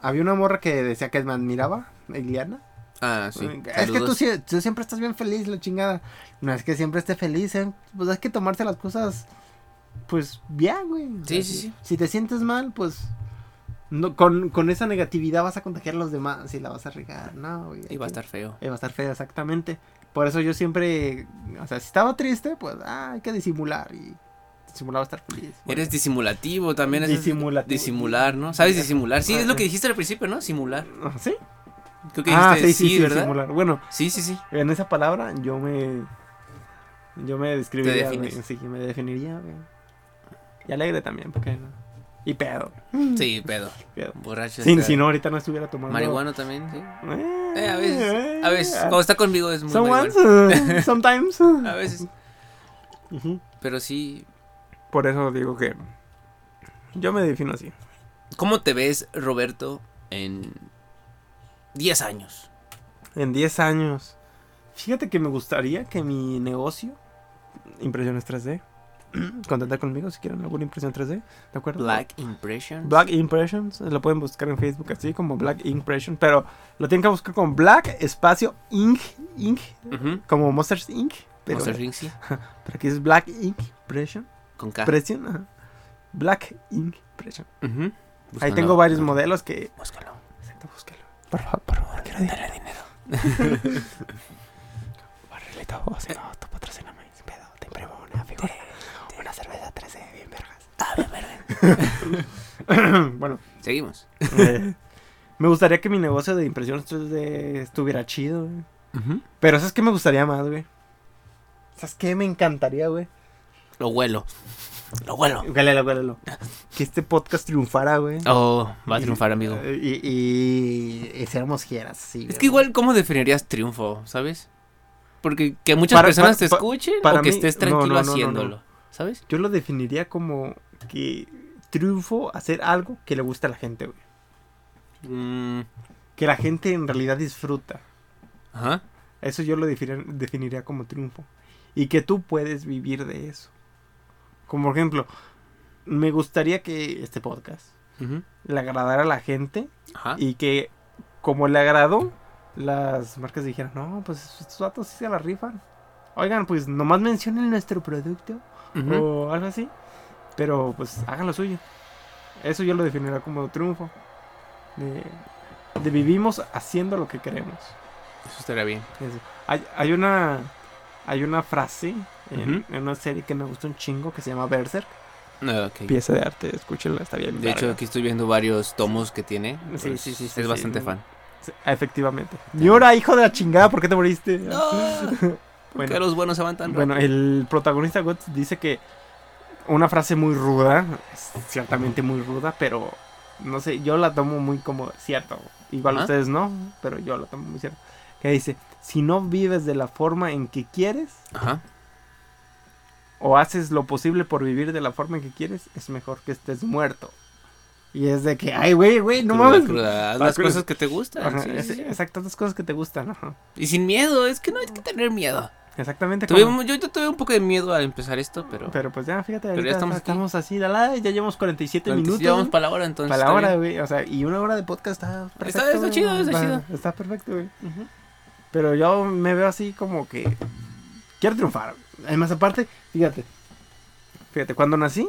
Speaker 1: había una morra que decía que me admiraba, Eliana.
Speaker 2: Ah, sí.
Speaker 1: Es que tú,
Speaker 2: Saludos.
Speaker 1: sie- tú siempre estás bien feliz, la chingada. No es que siempre esté feliz, ¿eh? Pues hay que tomarse las cosas, pues, bien, güey. O sea,
Speaker 2: Sí, sí,
Speaker 1: si-
Speaker 2: sí.
Speaker 1: Si te sientes mal, pues, no, con, con esa negatividad vas a contagiar a los demás y la vas a regar, ¿no? Güey,
Speaker 2: Iba a
Speaker 1: Aquí-
Speaker 2: estar feo.
Speaker 1: eh, va a estar feo, exactamente. Por eso yo siempre, o sea, si estaba triste, pues, ah, hay que disimular y disimulaba estar feliz. Bueno,
Speaker 2: Eres disimulativo también. eso es-
Speaker 1: Disimulativo.
Speaker 2: Disimular, ¿no? ¿Sabes disimular? Sí, es lo que dijiste al principio, ¿no? Simular.
Speaker 1: ¿Sí?
Speaker 2: Creo que dijiste
Speaker 1: Ah, sí, sí,
Speaker 2: sí,
Speaker 1: sí,
Speaker 2: ¿verdad?
Speaker 1: simular. Bueno,
Speaker 2: Sí, sí, sí.
Speaker 1: En esa palabra yo me yo me describiría, güey,
Speaker 2: defines.
Speaker 1: sí, me definiría, güey. Y alegre también, porque no. Y pedo.
Speaker 2: Sí, pedo.
Speaker 1: Mm. pedo.
Speaker 2: Borracho.
Speaker 1: Sí,
Speaker 2: está-
Speaker 1: si no ahorita no estuviera tomando.
Speaker 2: Marihuano también, sí.
Speaker 1: Eh,
Speaker 2: Eh, a veces. A veces.
Speaker 1: eh,
Speaker 2: Cuando está conmigo es muy
Speaker 1: Sometimes,
Speaker 2: marihuano.
Speaker 1: eh, sometimes.
Speaker 2: A veces.
Speaker 1: Ujú.
Speaker 2: Pero sí.
Speaker 1: Por eso digo que yo me defino así.
Speaker 2: ¿Cómo te ves, Roberto, en 10 años?
Speaker 1: En 10 años. Fíjate que me gustaría que mi negocio impresiones 3D contacta conmigo si quieren alguna impresión 3D, ¿de acuerdo?
Speaker 2: Black Impression.
Speaker 1: Black Impressions, lo pueden buscar en Facebook así como Black Impression, pero lo tienen que buscar con Black Espacio Inc. Inc.
Speaker 2: Ujú.
Speaker 1: Como Monsters Inc. Pero,
Speaker 2: Monster Inc, Ah. sí,
Speaker 1: pero aquí es Black Inc. Impression.
Speaker 2: Con K.
Speaker 1: Impression, ajá. Black Inc. Impression.
Speaker 2: Ujú.
Speaker 1: Ahí
Speaker 2: Búscalo.
Speaker 1: tengo varios modelos que.
Speaker 2: Búscalo.
Speaker 1: Exacto, búscalo. Por favor, por favor, quiero dinero.
Speaker 2: Dale dinero.
Speaker 1: Barrilito, o si no, tú patrocíname. Sin pedo, te imprimo una figura. Una cerveza 3D, bien vergas.
Speaker 2: Ah, bien, verga.
Speaker 1: bueno,
Speaker 2: Seguimos.
Speaker 1: Eh, me gustaría que mi negocio de impresiones 3D estuviera chido, güey. Pero eso es que me gustaría más, güey. ¿Sabes qué? Me encantaría, güey.
Speaker 2: Lo huelo. Lo huelo.
Speaker 1: Huélelo, huélelo. Que este podcast triunfara, güey. eh,
Speaker 2: Oh, va a triunfar, amigo.
Speaker 1: Y, y, y seamos fieras, sí.
Speaker 2: Es
Speaker 1: güey.
Speaker 2: que igual, ¿cómo definirías triunfo? ¿Sabes? Porque que muchas
Speaker 1: Para-
Speaker 2: personas
Speaker 1: para-
Speaker 2: te
Speaker 1: pa-
Speaker 2: escuchen
Speaker 1: para
Speaker 2: o que
Speaker 1: mí-
Speaker 2: estés
Speaker 1: no,
Speaker 2: tranquilo
Speaker 1: no, no, no,
Speaker 2: haciéndolo.
Speaker 1: no.
Speaker 2: ¿Sabes?
Speaker 1: Yo lo definiría como que triunfo hacer algo que le gusta a la gente, güey.
Speaker 2: Mm,
Speaker 1: Que la gente en realidad disfruta.
Speaker 2: ajá.
Speaker 1: Eso yo lo defini- definiría como triunfo. Y que tú puedes vivir de eso. Como por ejemplo, me gustaría que este podcast
Speaker 2: ujú,
Speaker 1: le agradara a la gente
Speaker 2: Ajá.
Speaker 1: y que como le agradó, las marcas dijeran, no, pues estos datos sí se la rifan. Oigan, pues nomás mencionen nuestro producto
Speaker 2: ujú.
Speaker 1: o algo así. Pero pues hagan lo suyo. Eso yo lo definiría como triunfo. De, de vivimos haciendo lo que queremos.
Speaker 2: Eso estaría bien.
Speaker 1: Eso. Hay, hay una hay una frase en,
Speaker 2: Ujú.
Speaker 1: en una serie que me gusta un chingo que se llama Berserk.
Speaker 2: Ah, ok.
Speaker 1: Pieza de arte, escúchenla, está bien.
Speaker 2: De hecho,
Speaker 1: verga.
Speaker 2: aquí estoy viendo varios tomos que tiene.
Speaker 1: Sí,
Speaker 2: pues,
Speaker 1: sí, sí,
Speaker 2: Es
Speaker 1: sí, sí.
Speaker 2: bastante fan.
Speaker 1: Sí, efectivamente. Miura, hijo de la chingada, ¿por qué te moriste?
Speaker 2: Porque
Speaker 1: Bueno.
Speaker 2: los buenos se van tan
Speaker 1: Bueno,
Speaker 2: rápido?
Speaker 1: el protagonista Guts dice que una frase muy ruda, es ciertamente muy ruda, pero no sé, yo la tomo muy como cierto. Igual
Speaker 2: Ajá.
Speaker 1: ustedes no, pero yo la tomo muy cierto. Que dice, si no vives de la forma en que quieres
Speaker 2: Ajá.
Speaker 1: o haces lo posible por vivir de la forma en que quieres, es mejor que estés muerto. Y es de que, ay, güey, güey, no
Speaker 2: Cruda,
Speaker 1: mames.
Speaker 2: cruda. Haz
Speaker 1: Ah,
Speaker 2: las
Speaker 1: cruda.
Speaker 2: cosas que te gustan.
Speaker 1: Ajá,
Speaker 2: Ah, sí, sí,
Speaker 1: es-
Speaker 2: sí.
Speaker 1: Exacto, las cosas que te gustan. ajá.
Speaker 2: Y sin miedo, es que no hay que tener miedo.
Speaker 1: Exactamente.
Speaker 2: Tuve,
Speaker 1: como-
Speaker 2: mu- yo, yo tuve un poco de miedo al empezar esto, pero.
Speaker 1: Pero pues ya, fíjate,
Speaker 2: Pero ya
Speaker 1: ahorita
Speaker 2: estamos
Speaker 1: estamos,
Speaker 2: aquí.
Speaker 1: así, de la, ya llevamos 47
Speaker 2: Durante-
Speaker 1: minutos.
Speaker 2: ya vamos
Speaker 1: güey.
Speaker 2: para la hora, entonces.
Speaker 1: Para la
Speaker 2: está
Speaker 1: hora,
Speaker 2: bien.
Speaker 1: güey. O sea, y una hora de podcast está perfecto.
Speaker 2: está
Speaker 1: güey,
Speaker 2: chido, está
Speaker 1: va-
Speaker 2: chido.
Speaker 1: Está perfecto, güey.
Speaker 2: Ujú.
Speaker 1: Pero yo me veo así como que quiero triunfar. Además, aparte, fíjate. Fíjate, cuando nací,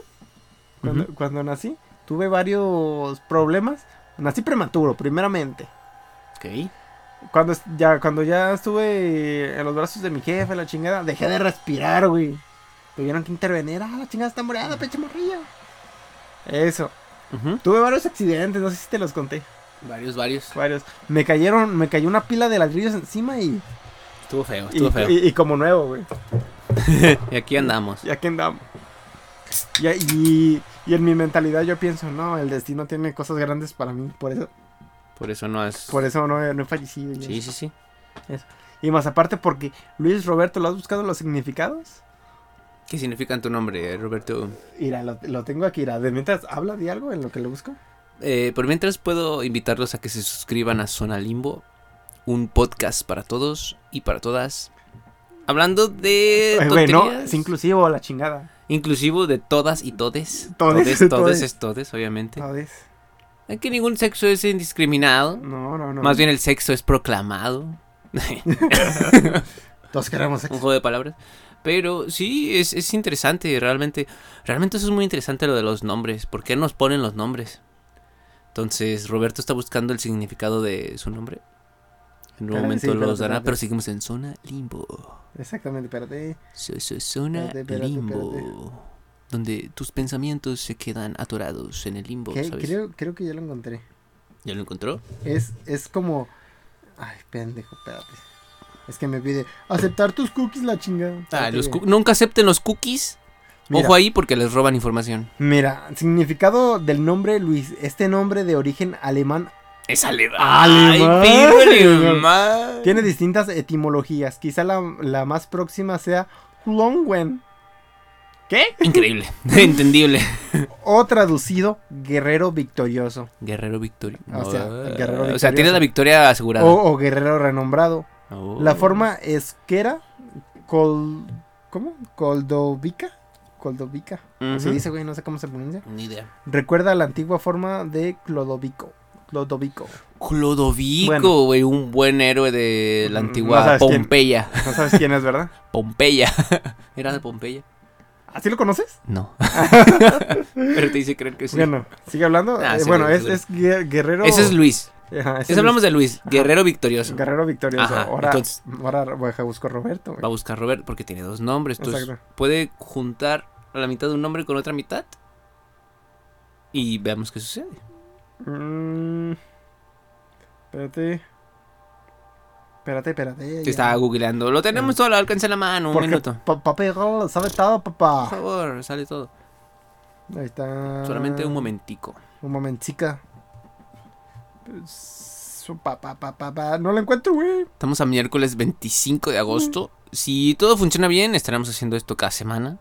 Speaker 1: cuando,
Speaker 2: Ujú.
Speaker 1: cuando nací, tuve varios problemas. Nací prematuro, primeramente.
Speaker 2: Ok.
Speaker 1: Cuando es- ya, cuando ya estuve en los brazos de mi jefe, la chingada, dejé de respirar, güey. Tuvieron que intervenir. Ah, la chingada está morada, pinche morrilla. Eso.
Speaker 2: Ujú.
Speaker 1: Tuve varios accidentes, no sé si te los conté.
Speaker 2: Varios, varios.
Speaker 1: Varios. Me cayeron, me cayó una pila de ladrillos encima y.
Speaker 2: Estuvo feo,
Speaker 1: Y,
Speaker 2: estuvo feo.
Speaker 1: y- y como nuevo, güey.
Speaker 2: Y aquí andamos.
Speaker 1: Ya que andamos. Y, y- y en mi mentalidad yo pienso, no, el destino tiene cosas grandes para mí. Por eso,
Speaker 2: Por eso no es.
Speaker 1: por eso no, he- no he fallecido. y
Speaker 2: Sí,
Speaker 1: eso.
Speaker 2: sí, sí.
Speaker 1: Y más aparte porque, Luis Roberto, ¿lo has buscado los significados?
Speaker 2: ¿Qué significa tu nombre, eh, Roberto?
Speaker 1: Mira, lo, lo tengo aquí. Mira, de mientras habla de algo en lo que lo busco.
Speaker 2: Eh, por mientras puedo invitarlos a que se suscriban a Zona Limbo, un podcast para todos y para todas. Hablando de
Speaker 1: Ay, güey, no,
Speaker 2: tonterías,
Speaker 1: es inclusivo la chingada.
Speaker 2: inclusivo de todas y todes.
Speaker 1: Todes,
Speaker 2: Todes,
Speaker 1: todes.
Speaker 2: todes es todes, obviamente.
Speaker 1: ¿Sabes?
Speaker 2: Aquí ningún sexo es indiscriminado.
Speaker 1: No, no, no.
Speaker 2: Más bien el sexo es proclamado.
Speaker 1: Todos queremos
Speaker 2: un
Speaker 1: sexo.
Speaker 2: juego de palabras. Pero sí, es, es interesante, realmente. Realmente eso es muy interesante lo de los nombres. ¿Por qué nos ponen los nombres? Entonces, Roberto está buscando el significado de su nombre. En un
Speaker 1: Espérate,
Speaker 2: momento
Speaker 1: sí,
Speaker 2: los
Speaker 1: espérate,
Speaker 2: dará,
Speaker 1: espérate.
Speaker 2: pero seguimos en zona limbo.
Speaker 1: Exactamente, espérate.
Speaker 2: Soy soy zona
Speaker 1: Espérate, espérate,
Speaker 2: limbo.
Speaker 1: espérate.
Speaker 2: Donde tus pensamientos se quedan atorados en el limbo,
Speaker 1: Que-
Speaker 2: ¿sabes?
Speaker 1: Creo, creo que ya lo encontré.
Speaker 2: ¿Ya lo encontró?
Speaker 1: Es, es como. Ay, pendejo, espérate. Es que me pide aceptar tus cookies, la chingada.
Speaker 2: Ah,
Speaker 1: Espérate,
Speaker 2: los
Speaker 1: güey.
Speaker 2: cu- nunca acepten los cookies.
Speaker 1: Mira,
Speaker 2: Ojo ahí porque les roban información.
Speaker 1: Mira, significado del nombre Luis. Este nombre de origen alemán
Speaker 2: Es alemán.
Speaker 1: Alemán.
Speaker 2: Ay, pero alemán.
Speaker 1: tiene distintas etimologías. Quizá la, la más próxima sea Longwen. ¿Qué?
Speaker 2: Increíble, entendible.
Speaker 1: O traducido guerrero victorioso.
Speaker 2: Guerrero victorio.
Speaker 1: O sea,
Speaker 2: Ah,
Speaker 1: guerrero
Speaker 2: o sea, tiene
Speaker 1: victorioso.
Speaker 2: la victoria asegurada.
Speaker 1: O, o guerrero renombrado.
Speaker 2: Oh.
Speaker 1: La forma esquera col. ¿Cómo? Coldovica. Coldovica.
Speaker 2: Ujú.
Speaker 1: Se dice, güey, no sé cómo se pronuncia.
Speaker 2: Ni idea.
Speaker 1: Recuerda la antigua forma de Clodovico. Clodovico. Bueno.
Speaker 2: Clodovico, güey, un buen héroe de la
Speaker 1: Mm,
Speaker 2: antigua
Speaker 1: no sabes quién.
Speaker 2: Pompeya.
Speaker 1: No sabes quién es, ¿verdad?
Speaker 2: Pompeya. ¿Era de Pompeya?
Speaker 1: ¿Así lo conoces?
Speaker 2: No. Pero te dice creer que sí.
Speaker 1: Bueno, sigue hablando.
Speaker 2: Ah,
Speaker 1: Eh,
Speaker 2: seguro,
Speaker 1: bueno, es,
Speaker 2: seguro.
Speaker 1: es guer- guerrero. eh,
Speaker 2: Ese es Luis.
Speaker 1: Ajá, ese
Speaker 2: Ese
Speaker 1: es
Speaker 2: hablamos de Luis, guerrero victorioso.
Speaker 1: Guerrero victorioso.
Speaker 2: Ajá,
Speaker 1: ahora,
Speaker 2: entonces-
Speaker 1: ahora voy a buscar Roberto. güey.
Speaker 2: Va a buscar Robert porque tiene dos nombres. entonces,
Speaker 1: Exacto.
Speaker 2: puede juntar a la mitad de un nombre con otra mitad. Y veamos qué sucede.
Speaker 1: Mm, espérate. espérate, espérate.
Speaker 2: Te estaba googleando. Lo
Speaker 1: Mm.
Speaker 2: tenemos todo al alcance de la mano, un
Speaker 1: Ah.
Speaker 2: minuto.
Speaker 1: Papá, sabe todo,
Speaker 2: Por
Speaker 1: papá.
Speaker 2: favor, sale todo.
Speaker 1: Ahí está.
Speaker 2: Solamente un momentico.
Speaker 1: Un momentica. Su pa, pa, pa, pa, pa. No lo encuentro, güey.
Speaker 2: Estamos a miércoles 25 de agosto. Si todo funciona bien, estaremos haciendo esto cada semana.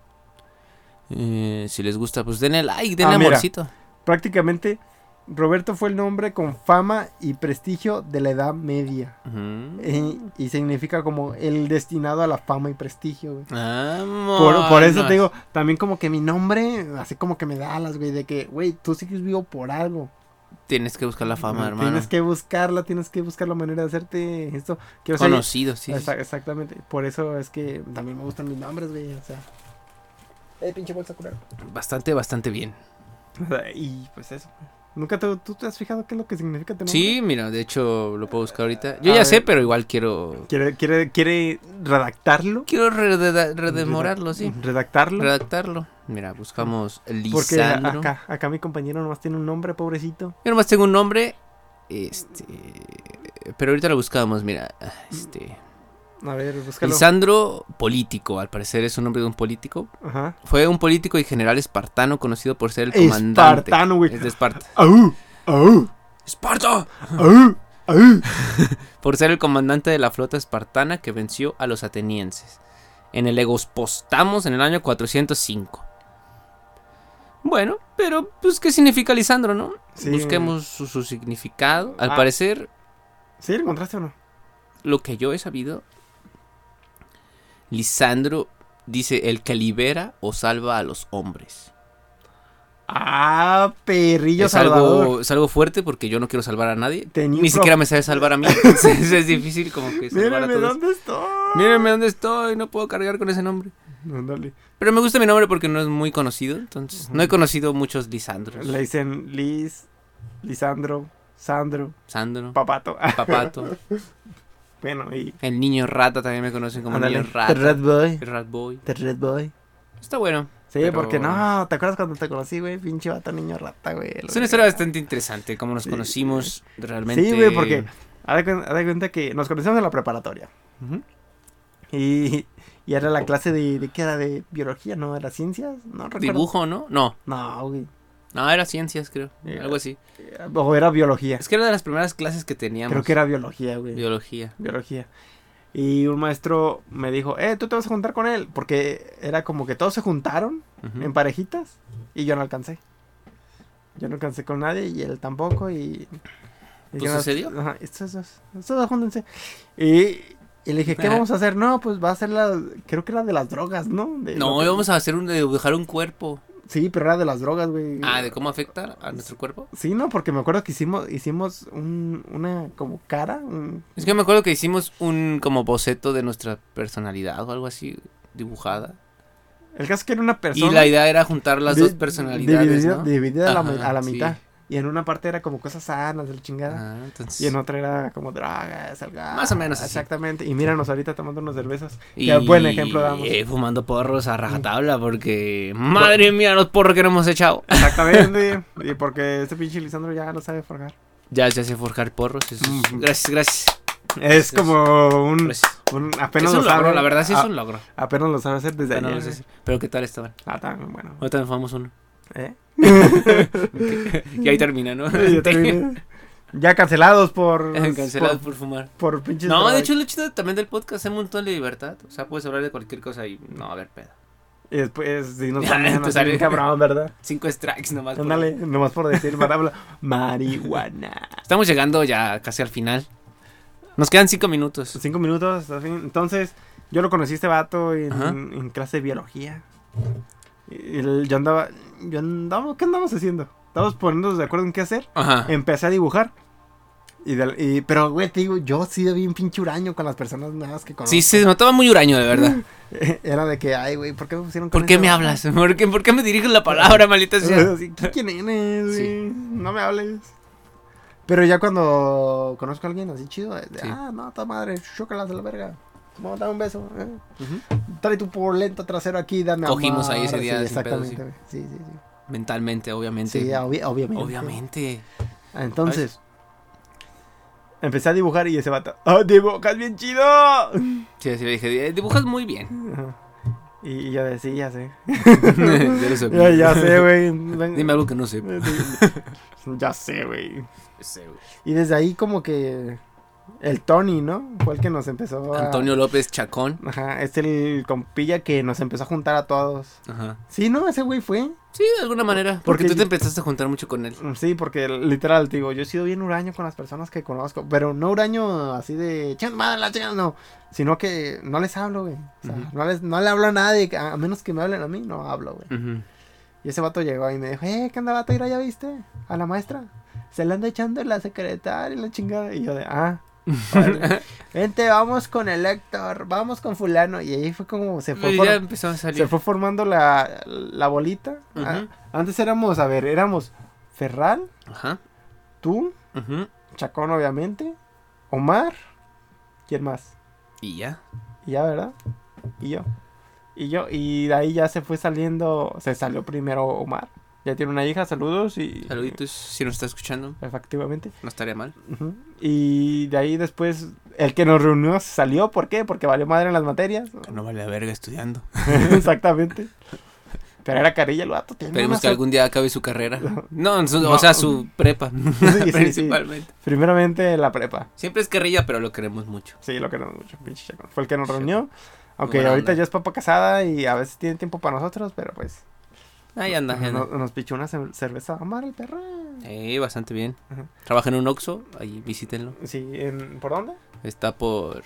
Speaker 2: Eh, si les gusta, pues denle like, denle
Speaker 1: Ah, mira.
Speaker 2: amorcito.
Speaker 1: Prácticamente, Roberto fue el nombre con fama y prestigio de la Edad Media.
Speaker 2: Ujú.
Speaker 1: Eh, y significa como el destinado a la fama y prestigio, güey.
Speaker 2: Vámonos.
Speaker 1: Por, por eso te digo, también como que mi nombre, así como que me da alas, güey, de que, güey, tú sigues vivo por algo.
Speaker 2: Tienes que buscar la fama,
Speaker 1: Tienes
Speaker 2: hermano.
Speaker 1: que buscarla, tienes que buscar la manera de hacerte esto. Quiero ser-
Speaker 2: Conocido, sí. sí, sí.
Speaker 1: Exa- Exactamente, por eso es que también me gustan mis nombres, güey, o sea. Eh, pinche bolsa curar.
Speaker 2: Bastante, bastante bien.
Speaker 1: Y pues eso. ¿Nunca te, tú te has fijado qué es lo que significa tu nombre?
Speaker 2: Sí, mira, de hecho lo puedo buscar ahorita. Yo
Speaker 1: A
Speaker 2: ya
Speaker 1: ver.
Speaker 2: sé, pero igual quiero.
Speaker 1: ¿Quiere, quiere, quiere redactarlo?
Speaker 2: Quiero rededa- redemorarlo, sí.
Speaker 1: ¿Redactarlo?
Speaker 2: Redactarlo. Mira, buscamos
Speaker 1: Porque a-
Speaker 2: Lisandro.
Speaker 1: acá, acá mi compañero nomás tiene un nombre, pobrecito.
Speaker 2: Yo nomás tengo un nombre. Este. Pero ahorita lo buscamos, mira. Este.
Speaker 1: A ver, búscalo.
Speaker 2: Lisandro Político, al parecer es un nombre de un político.
Speaker 1: Ajá.
Speaker 2: Fue un político y general espartano conocido por ser el comandante.
Speaker 1: Espartano, güey.
Speaker 2: Es de Esparta.
Speaker 1: ¡Au! ¡Au!
Speaker 2: ¡Esparta!
Speaker 1: ¡Au! ¡Au!
Speaker 2: Por ser el comandante de la flota espartana que venció a los atenienses. En el Egospostamos en el año 405. Bueno, pero pues qué significa Lisandro, ¿no?
Speaker 1: Sí.
Speaker 2: Busquemos su, su significado. Al
Speaker 1: Ah.
Speaker 2: parecer,
Speaker 1: ¿Sí lo encontraste o no?
Speaker 2: lo que yo he sabido, Lisandro dice el que libera o salva a los hombres.
Speaker 1: Ah, perrillo
Speaker 2: es
Speaker 1: salvador.
Speaker 2: algo, es algo fuerte porque yo no quiero salvar a nadie.
Speaker 1: Tenía un
Speaker 2: Ni
Speaker 1: prof-
Speaker 2: siquiera me sabe salvar a mí. Entonces es difícil como que salvar
Speaker 1: Mírenme
Speaker 2: a todos.
Speaker 1: dónde estoy.
Speaker 2: Mírenme dónde estoy, no puedo cargar con ese nombre.
Speaker 1: Ándale.
Speaker 2: Pero me gusta mi nombre porque no es muy conocido, entonces no he conocido muchos Lisandros.
Speaker 1: Le dicen Liz, Lisandro, Sandro,
Speaker 2: Sandro,
Speaker 1: Papato.
Speaker 2: Papato,
Speaker 1: bueno, y.
Speaker 2: el niño rata también me conocen como
Speaker 1: ándale.
Speaker 2: niño
Speaker 1: The
Speaker 2: rata,
Speaker 1: Red Boy.
Speaker 2: el Rat Boy.
Speaker 1: The Red Boy.
Speaker 2: Está bueno.
Speaker 1: Sí,
Speaker 2: Pero-
Speaker 1: porque no, ¿te acuerdas cuando te conocí, güey? Pinche vato niño rata, güey.
Speaker 2: Es una historia bastante interesante, cómo nos
Speaker 1: Sí.
Speaker 2: conocimos realmente.
Speaker 1: Sí, güey, porque. Haz de cuen- haz de cuenta que nos conocimos en la preparatoria.
Speaker 2: Ujú.
Speaker 1: Y, y era la clase de, de. ¿Qué era? ¿De biología? ¿No? ¿Era ciencias? No recuerdo.
Speaker 2: Dibujo, ¿no? No,
Speaker 1: No, güey.
Speaker 2: no, era ciencias, creo.
Speaker 1: Era-
Speaker 2: Algo así.
Speaker 1: O era biología.
Speaker 2: Es que era de las primeras clases que teníamos.
Speaker 1: Creo que era biología, güey.
Speaker 2: Biología.
Speaker 1: biología. Y un maestro me dijo, eh, tú te vas a juntar con él. Porque era como que todos se juntaron
Speaker 2: Ujú.
Speaker 1: en parejitas y yo no alcancé. Yo no alcancé con nadie y él tampoco. Y.
Speaker 2: Pues,
Speaker 1: dijeron,
Speaker 2: ¿sucedió?
Speaker 1: "Ajá, estos dos, estos dos júntense". Y, y le dije, ¿qué
Speaker 2: Ajá.
Speaker 1: vamos a hacer? No, pues va a ser la. Creo que era de las drogas, ¿no? De lo
Speaker 2: No,
Speaker 1: que-
Speaker 2: íbamos a hacer un, dibujar un cuerpo.
Speaker 1: Sí, pero era de las drogas, güey.
Speaker 2: Ah, de cómo afecta a nuestro cuerpo.
Speaker 1: Sí, no, porque me acuerdo que hicimos hicimos un, una como cara. un-
Speaker 2: Es que me acuerdo que hicimos un como boceto de nuestra personalidad o algo así dibujada.
Speaker 1: El caso es que era una persona.
Speaker 2: Y la idea era juntar las
Speaker 1: Di-
Speaker 2: dos personalidades,
Speaker 1: Dividida,
Speaker 2: ¿no?
Speaker 1: dividida a, la, mi-
Speaker 2: Ajá,
Speaker 1: a la
Speaker 2: sí.
Speaker 1: mitad. Y en una parte era como cosas sanas, de la chingada.
Speaker 2: Ah, entonces-
Speaker 1: Y en otra era como drogas, alcohol.
Speaker 2: Más o menos así.
Speaker 1: Exactamente. Y míranos ahorita tomando unas cervezas.
Speaker 2: y-
Speaker 1: Qué buen ejemplo damos. Mm.
Speaker 2: eh, fumando porros a rajatabla porque... ¡Madre mía, los porros que nos hemos echado!
Speaker 1: Exactamente. y porque este pinche Lisandro ya no sabe forjar.
Speaker 2: Ya se hace forjar porros. eso es-
Speaker 1: Ujú.
Speaker 2: Gracias, gracias.
Speaker 1: Es como un.
Speaker 2: gracias.
Speaker 1: un-
Speaker 2: Es
Speaker 1: Mm. apenas
Speaker 2: un
Speaker 1: lo sabe.
Speaker 2: logro, la verdad sí es
Speaker 1: a-
Speaker 2: un logro.
Speaker 1: Apenas lo sabe hacer desde
Speaker 2: Apenas
Speaker 1: ayer.
Speaker 2: lo sé
Speaker 1: güey.
Speaker 2: hacer. Pero ¿qué tal estaban?
Speaker 1: Ah, tan bueno.
Speaker 2: Ahorita nos fumamos uno.
Speaker 1: ¿Eh?
Speaker 2: y ahí termina, ¿no?
Speaker 1: ya, terminé. Ya cancelados por.
Speaker 2: Cancelados por fumar.
Speaker 1: Por, por pinches
Speaker 2: No, de
Speaker 1: drogas.
Speaker 2: hecho lo chido también del podcast es un montón de libertad. O sea, puedes hablar de cualquier cosa y no va a haber pedo.
Speaker 1: Y después, si nos
Speaker 2: Ya,
Speaker 1: ponen
Speaker 2: te
Speaker 1: así,
Speaker 2: sale.
Speaker 1: cabrón, ¿verdad?
Speaker 2: Cinco strikes nomás. por-
Speaker 1: Ándale, nomás por decir palabra marihuana.
Speaker 2: Estamos llegando ya casi al final. Nos quedan cinco minutos.
Speaker 1: Cinco minutos, hasta fin. entonces yo lo conocí a este vato en,
Speaker 2: Ajá.
Speaker 1: en clase de biología. Y el- yo andaba, yo andaba, ¿qué andamos haciendo? Estábamos poniéndonos de acuerdo en qué hacer.
Speaker 2: Ajá.
Speaker 1: Empecé a dibujar. Y de- y- pero, güey, te digo, yo sí de bien pinche huraño con las personas nuevas que conozco.
Speaker 2: Sí, se notaba muy huraño, de verdad.
Speaker 1: Mm, Era de que, ay, güey, ¿por qué me pusieron con
Speaker 2: ¿Por qué
Speaker 1: ese
Speaker 2: me
Speaker 1: vato?
Speaker 2: hablas? ¿Por qué, por qué me diriges la palabra, maldita sea?
Speaker 1: Así, "¿Qui- ¿Quién eres? güey?
Speaker 2: Sí.
Speaker 1: No me hables. Pero ya cuando conozco a alguien así chido, de, de,
Speaker 2: Sí.
Speaker 1: ah, no, ta madre, chócalas de la verga. Vamos a dar un beso. eh.
Speaker 2: Ujú.
Speaker 1: Trae tu polenta trasero aquí, dame a
Speaker 2: Cogimos ahí
Speaker 1: amar",
Speaker 2: ese día
Speaker 1: Sí,
Speaker 2: sin pedo, sí.
Speaker 1: exactamente. güey. sí, sí, sí.
Speaker 2: Mentalmente, obviamente.
Speaker 1: Sí, obvi- obviamente.
Speaker 2: Obviamente.
Speaker 1: Entonces, empecé a dibujar y ese vato, ¡Oh, dibujas bien chido!
Speaker 2: Sí, así le dije, "Eh, dibujas muy bien.
Speaker 1: Ajá. Y, y yo decía, ya sé.
Speaker 2: Ya lo sé.
Speaker 1: ya, ya sé, güey. Ven-
Speaker 2: Dime algo que no sé.
Speaker 1: ya sé, güey. Y desde ahí como que el Tony, ¿no? Fue el que nos empezó a...
Speaker 2: Antonio López Chacón.
Speaker 1: Ajá, es el compilla que nos empezó a juntar a todos.
Speaker 2: Ajá.
Speaker 1: Sí, ¿no? Ese güey fue.
Speaker 2: Sí, de alguna manera. Porque
Speaker 1: Porque
Speaker 2: tú te
Speaker 1: yo-
Speaker 2: empezaste a juntar mucho con él.
Speaker 1: Sí, porque literal, te digo, yo he sido bien huraño con las personas que conozco, pero no huraño así de, "Chin, madre la chingada", no, sino que no les hablo, güey. O sea,
Speaker 2: Ujú.
Speaker 1: no, les, no le hablo a nadie, a a menos que me hablen a mí, no hablo, güey.
Speaker 2: Ujú.
Speaker 1: Y ese vato llegó y me dijo, eh, ¿qué onda, vato? Ira, ¿ya viste? A la maestra. Se la anda echando la secretaria y la chingada. Y yo de, ah. órale. Vente, vamos con el Héctor, vamos con fulano. Y ahí fue como se fue,
Speaker 2: Y
Speaker 1: for-
Speaker 2: ya empezó a salir.
Speaker 1: se fue formando la, la bolita.
Speaker 2: Ujú.
Speaker 1: Ah, antes éramos, a ver, éramos Ferral,
Speaker 2: Ajá.
Speaker 1: tú,
Speaker 2: ujú.
Speaker 1: Chacón, obviamente, Omar, ¿quién más?
Speaker 2: Y ya.
Speaker 1: Y ya, ¿verdad? Y yo. Y yo. Y de ahí ya se fue saliendo. Se salió primero Omar. Ya tiene una hija, saludos y.
Speaker 2: Saluditos. Si nos está escuchando,
Speaker 1: Efectivamente.
Speaker 2: no estaría mal.
Speaker 1: Ujú. Y de ahí después. El que nos reunió se salió. ¿Por qué? Porque valió madre en las materias.
Speaker 2: Que no vale la verga estudiando.
Speaker 1: Exactamente. Pero era carilla el vato. tenía
Speaker 2: Esperemos
Speaker 1: una
Speaker 2: que
Speaker 1: sol-
Speaker 2: algún día acabe su carrera. No, su- o
Speaker 1: No.
Speaker 2: sea, su prepa.
Speaker 1: sí, sí.
Speaker 2: principalmente.
Speaker 1: Primeramente la prepa.
Speaker 2: Siempre es carrilla, pero lo queremos mucho.
Speaker 1: Sí, lo queremos mucho, pinche chacón. Fue el que nos
Speaker 2: Sí.
Speaker 1: reunió. Aunque
Speaker 2: Buena
Speaker 1: ahorita
Speaker 2: onda.
Speaker 1: ya es papá casada y a veces tiene tiempo para nosotros, pero pues.
Speaker 2: Ahí anda, ahí anda.
Speaker 1: Nos, nos pichó una cer- cerveza. Amar el perro.
Speaker 2: Eh, bastante bien.
Speaker 1: Ajá.
Speaker 2: Trabaja en un Oxxo, ahí visítenlo.
Speaker 1: Sí, ¿en, ¿por dónde?
Speaker 2: Está por...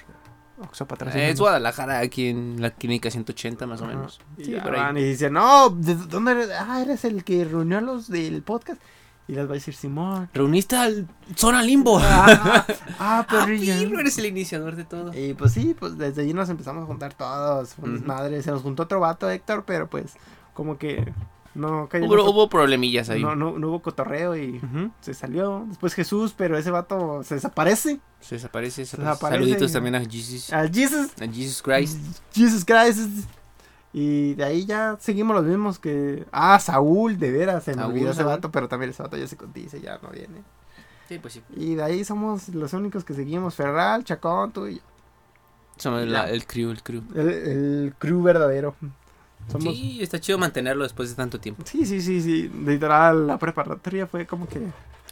Speaker 1: Oxo
Speaker 2: es Guadalajara, aquí en la clínica 180 Eh, más o menos.
Speaker 1: Y,
Speaker 2: Sí,
Speaker 1: ya
Speaker 2: por
Speaker 1: ah, van
Speaker 2: ahí.
Speaker 1: y dicen, no, ¿de dónde eres? Ah, eres el que reunió a los del podcast. Y les va a decir, Simón.
Speaker 2: Reuniste al Zona Limbo.
Speaker 1: Ah, ah,
Speaker 2: Ah,
Speaker 1: perrillo.
Speaker 2: pirro, eres el iniciador de todo.
Speaker 1: Y pues sí, pues desde ahí nos empezamos a juntar todos. Fue un
Speaker 2: Ujú.
Speaker 1: desmadre. Se nos juntó otro vato, Héctor, pero pues como que no cayó.
Speaker 2: Hubo, hubo problemillas ahí.
Speaker 1: no, no, no hubo cotorreo y
Speaker 2: Ujú.
Speaker 1: se salió. Después Jesús, pero ese vato se desaparece.
Speaker 2: Se desaparece,
Speaker 1: Se
Speaker 2: desaparece.
Speaker 1: desaparece
Speaker 2: Saluditos
Speaker 1: y- Ah. Mm.
Speaker 2: también a Jesus. A
Speaker 1: Al Jesus.
Speaker 2: Jesus Christ.
Speaker 1: Jesus Christ. Y de ahí ya seguimos los mismos que. Ah, Saúl, de veras, se me
Speaker 2: Saúl,
Speaker 1: olvidó ese
Speaker 2: Saúl.
Speaker 1: vato, pero también ese vato ya se contice, ya no viene.
Speaker 2: Sí, pues sí.
Speaker 1: Y de ahí somos los únicos que seguimos: Ferral, Chacón, tú y yo.
Speaker 2: Somos
Speaker 1: Ya.
Speaker 2: la- el crew, el crew.
Speaker 1: El, el crew verdadero. Somos...
Speaker 2: Sí, está chido mantenerlo después de tanto tiempo.
Speaker 1: Sí, sí, sí, sí. Literal, la preparatoria fue como que.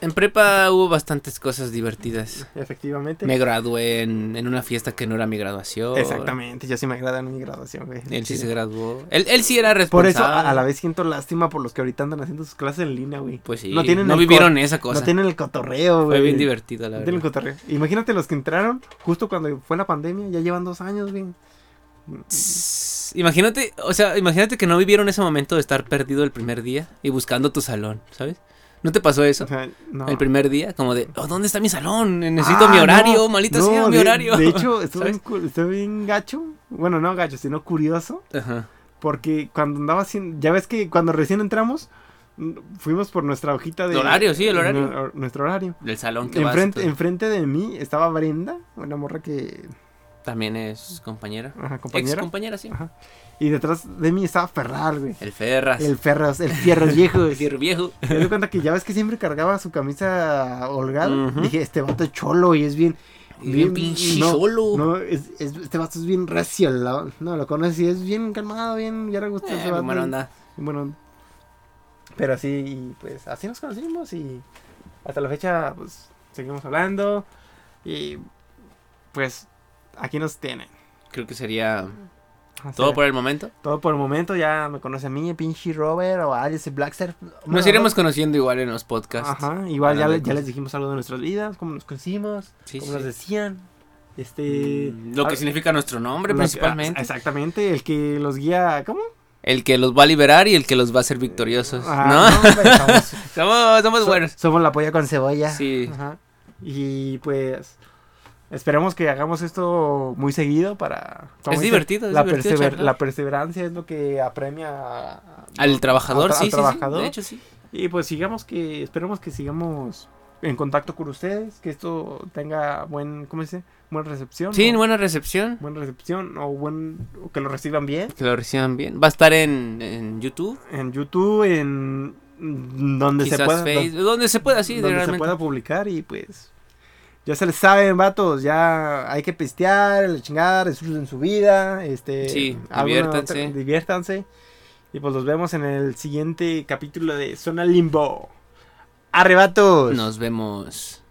Speaker 2: En prepa hubo bastantes cosas divertidas.
Speaker 1: Efectivamente.
Speaker 2: Me gradué en, en una fiesta que no era mi graduación.
Speaker 1: Exactamente, yo sí me agrada en mi graduación, güey.
Speaker 2: Él sí
Speaker 1: Sí.
Speaker 2: se graduó. Él, él sí era
Speaker 1: Por
Speaker 2: responsable.
Speaker 1: eso, a, a la vez siento lástima por los que ahorita andan haciendo sus clases en línea, güey.
Speaker 2: Pues sí, no,
Speaker 1: No tienen el
Speaker 2: vivieron esa cosa.
Speaker 1: No tienen el cotorreo, güey.
Speaker 2: Fue bien divertido, la
Speaker 1: No
Speaker 2: verdad.
Speaker 1: tienen cotorreo. Imagínate los que entraron justo cuando fue la pandemia, ya llevan dos años, güey.
Speaker 2: Tss, Imagínate, o sea, imagínate que no vivieron ese momento de estar perdido el primer día y buscando tu salón, ¿sabes? ¿No te pasó eso?
Speaker 1: O sea, no.
Speaker 2: El primer día, como de, oh, ¿dónde está mi salón? Necesito
Speaker 1: Ah,
Speaker 2: mi
Speaker 1: no,
Speaker 2: horario, malita
Speaker 1: no,
Speaker 2: sea, mi
Speaker 1: de-
Speaker 2: horario.
Speaker 1: De hecho, estuve
Speaker 2: ¿Sabes?
Speaker 1: bien, cu- estuve bien gacho. Bueno, no gacho, sino curioso.
Speaker 2: Ajá.
Speaker 1: Porque cuando andaba haciendo. Ya ves que cuando recién entramos, mm, fuimos por nuestra hojita de.
Speaker 2: El horario, sí, el horario.
Speaker 1: nu- or- Nuestro horario.
Speaker 2: Del salón que vas,
Speaker 1: Enfrente,
Speaker 2: todo.
Speaker 1: enfrente de mí estaba Brenda, una morra que.
Speaker 2: También es compañera.
Speaker 1: Ajá,
Speaker 2: Ex
Speaker 1: compañera.
Speaker 2: compañera, sí.
Speaker 1: Ajá. Y detrás de mí estaba Ferral, güey.
Speaker 2: El Ferras.
Speaker 1: El Ferras, el fierro viejo.
Speaker 2: El fierro viejo.
Speaker 1: Me doy cuenta que ya ves que siempre cargaba su camisa holgada.
Speaker 2: Ujú.
Speaker 1: Dije, este vato es cholo y es bien.
Speaker 2: Y bien pinche
Speaker 1: no,
Speaker 2: cholo.
Speaker 1: No, es- es- este vato es bien recio. la- no, lo conoces y es bien calmado, bien. Ya le gusta
Speaker 2: Eh,
Speaker 1: ese vato.
Speaker 2: buena onda.
Speaker 1: Bueno. Pero así, y, pues así nos conocimos y hasta la fecha, pues seguimos hablando. Y pues aquí nos tienen.
Speaker 2: Creo que sería
Speaker 1: O
Speaker 2: todo
Speaker 1: sea,
Speaker 2: por el momento.
Speaker 1: todo por el momento, ya me conoce a mí, pinche Robert o Alice Blackster.
Speaker 2: Nos iremos conociendo igual en los podcasts.
Speaker 1: Ajá, igual ya,
Speaker 2: Hablando
Speaker 1: le-
Speaker 2: de
Speaker 1: ya
Speaker 2: cosas.
Speaker 1: les dijimos algo de nuestras vidas, cómo nos conocimos,
Speaker 2: Sí,
Speaker 1: cómo
Speaker 2: sí.
Speaker 1: nos decían. Este.
Speaker 2: Mm, Lo que
Speaker 1: ah,
Speaker 2: significa nuestro nombre
Speaker 1: lo que- ah,
Speaker 2: principalmente.
Speaker 1: Exactamente, el que los guía. ¿Cómo?
Speaker 2: El que los va a liberar y el que los va a hacer victoriosos.
Speaker 1: Ah,
Speaker 2: ¿No?
Speaker 1: no, hombre, somos,
Speaker 2: Somos, somos
Speaker 1: so-
Speaker 2: buenos.
Speaker 1: somos la polla con cebolla.
Speaker 2: Sí.
Speaker 1: Ajá. Y pues. Esperemos que hagamos esto muy seguido para. como
Speaker 2: Es
Speaker 1: dice,
Speaker 2: divertido, es
Speaker 1: la,
Speaker 2: divertido
Speaker 1: persever-
Speaker 2: charlar.
Speaker 1: la perseverancia es lo que apremia. a-
Speaker 2: Al trabajador,
Speaker 1: al tra-
Speaker 2: sí,
Speaker 1: al
Speaker 2: sí, sí,
Speaker 1: trabajador.
Speaker 2: De hecho, sí.
Speaker 1: Y pues sigamos que, esperemos que sigamos en contacto con ustedes, que esto tenga buen, ¿cómo se dice? Buena recepción.
Speaker 2: Sí,
Speaker 1: ¿no?
Speaker 2: buena recepción.
Speaker 1: Buena recepción o buen, o que lo reciban bien.
Speaker 2: Que lo reciban bien. Va a estar en, en YouTube.
Speaker 1: En YouTube, en mm, donde
Speaker 2: Quizás
Speaker 1: se pueda.
Speaker 2: Facebook. Donde se pueda, sí,
Speaker 1: donde se
Speaker 2: realmente.
Speaker 1: pueda publicar y pues Ya se les saben, vatos, ya hay que pistear, la chingada, disfruten su vida, este...
Speaker 2: Sí,
Speaker 1: alguna
Speaker 2: diviértanse.
Speaker 1: otra- diviértanse. Y pues los vemos en el
Speaker 2: pues.
Speaker 1: siguiente capítulo de Zona Limbo. Arrebatos.
Speaker 2: Nos vemos.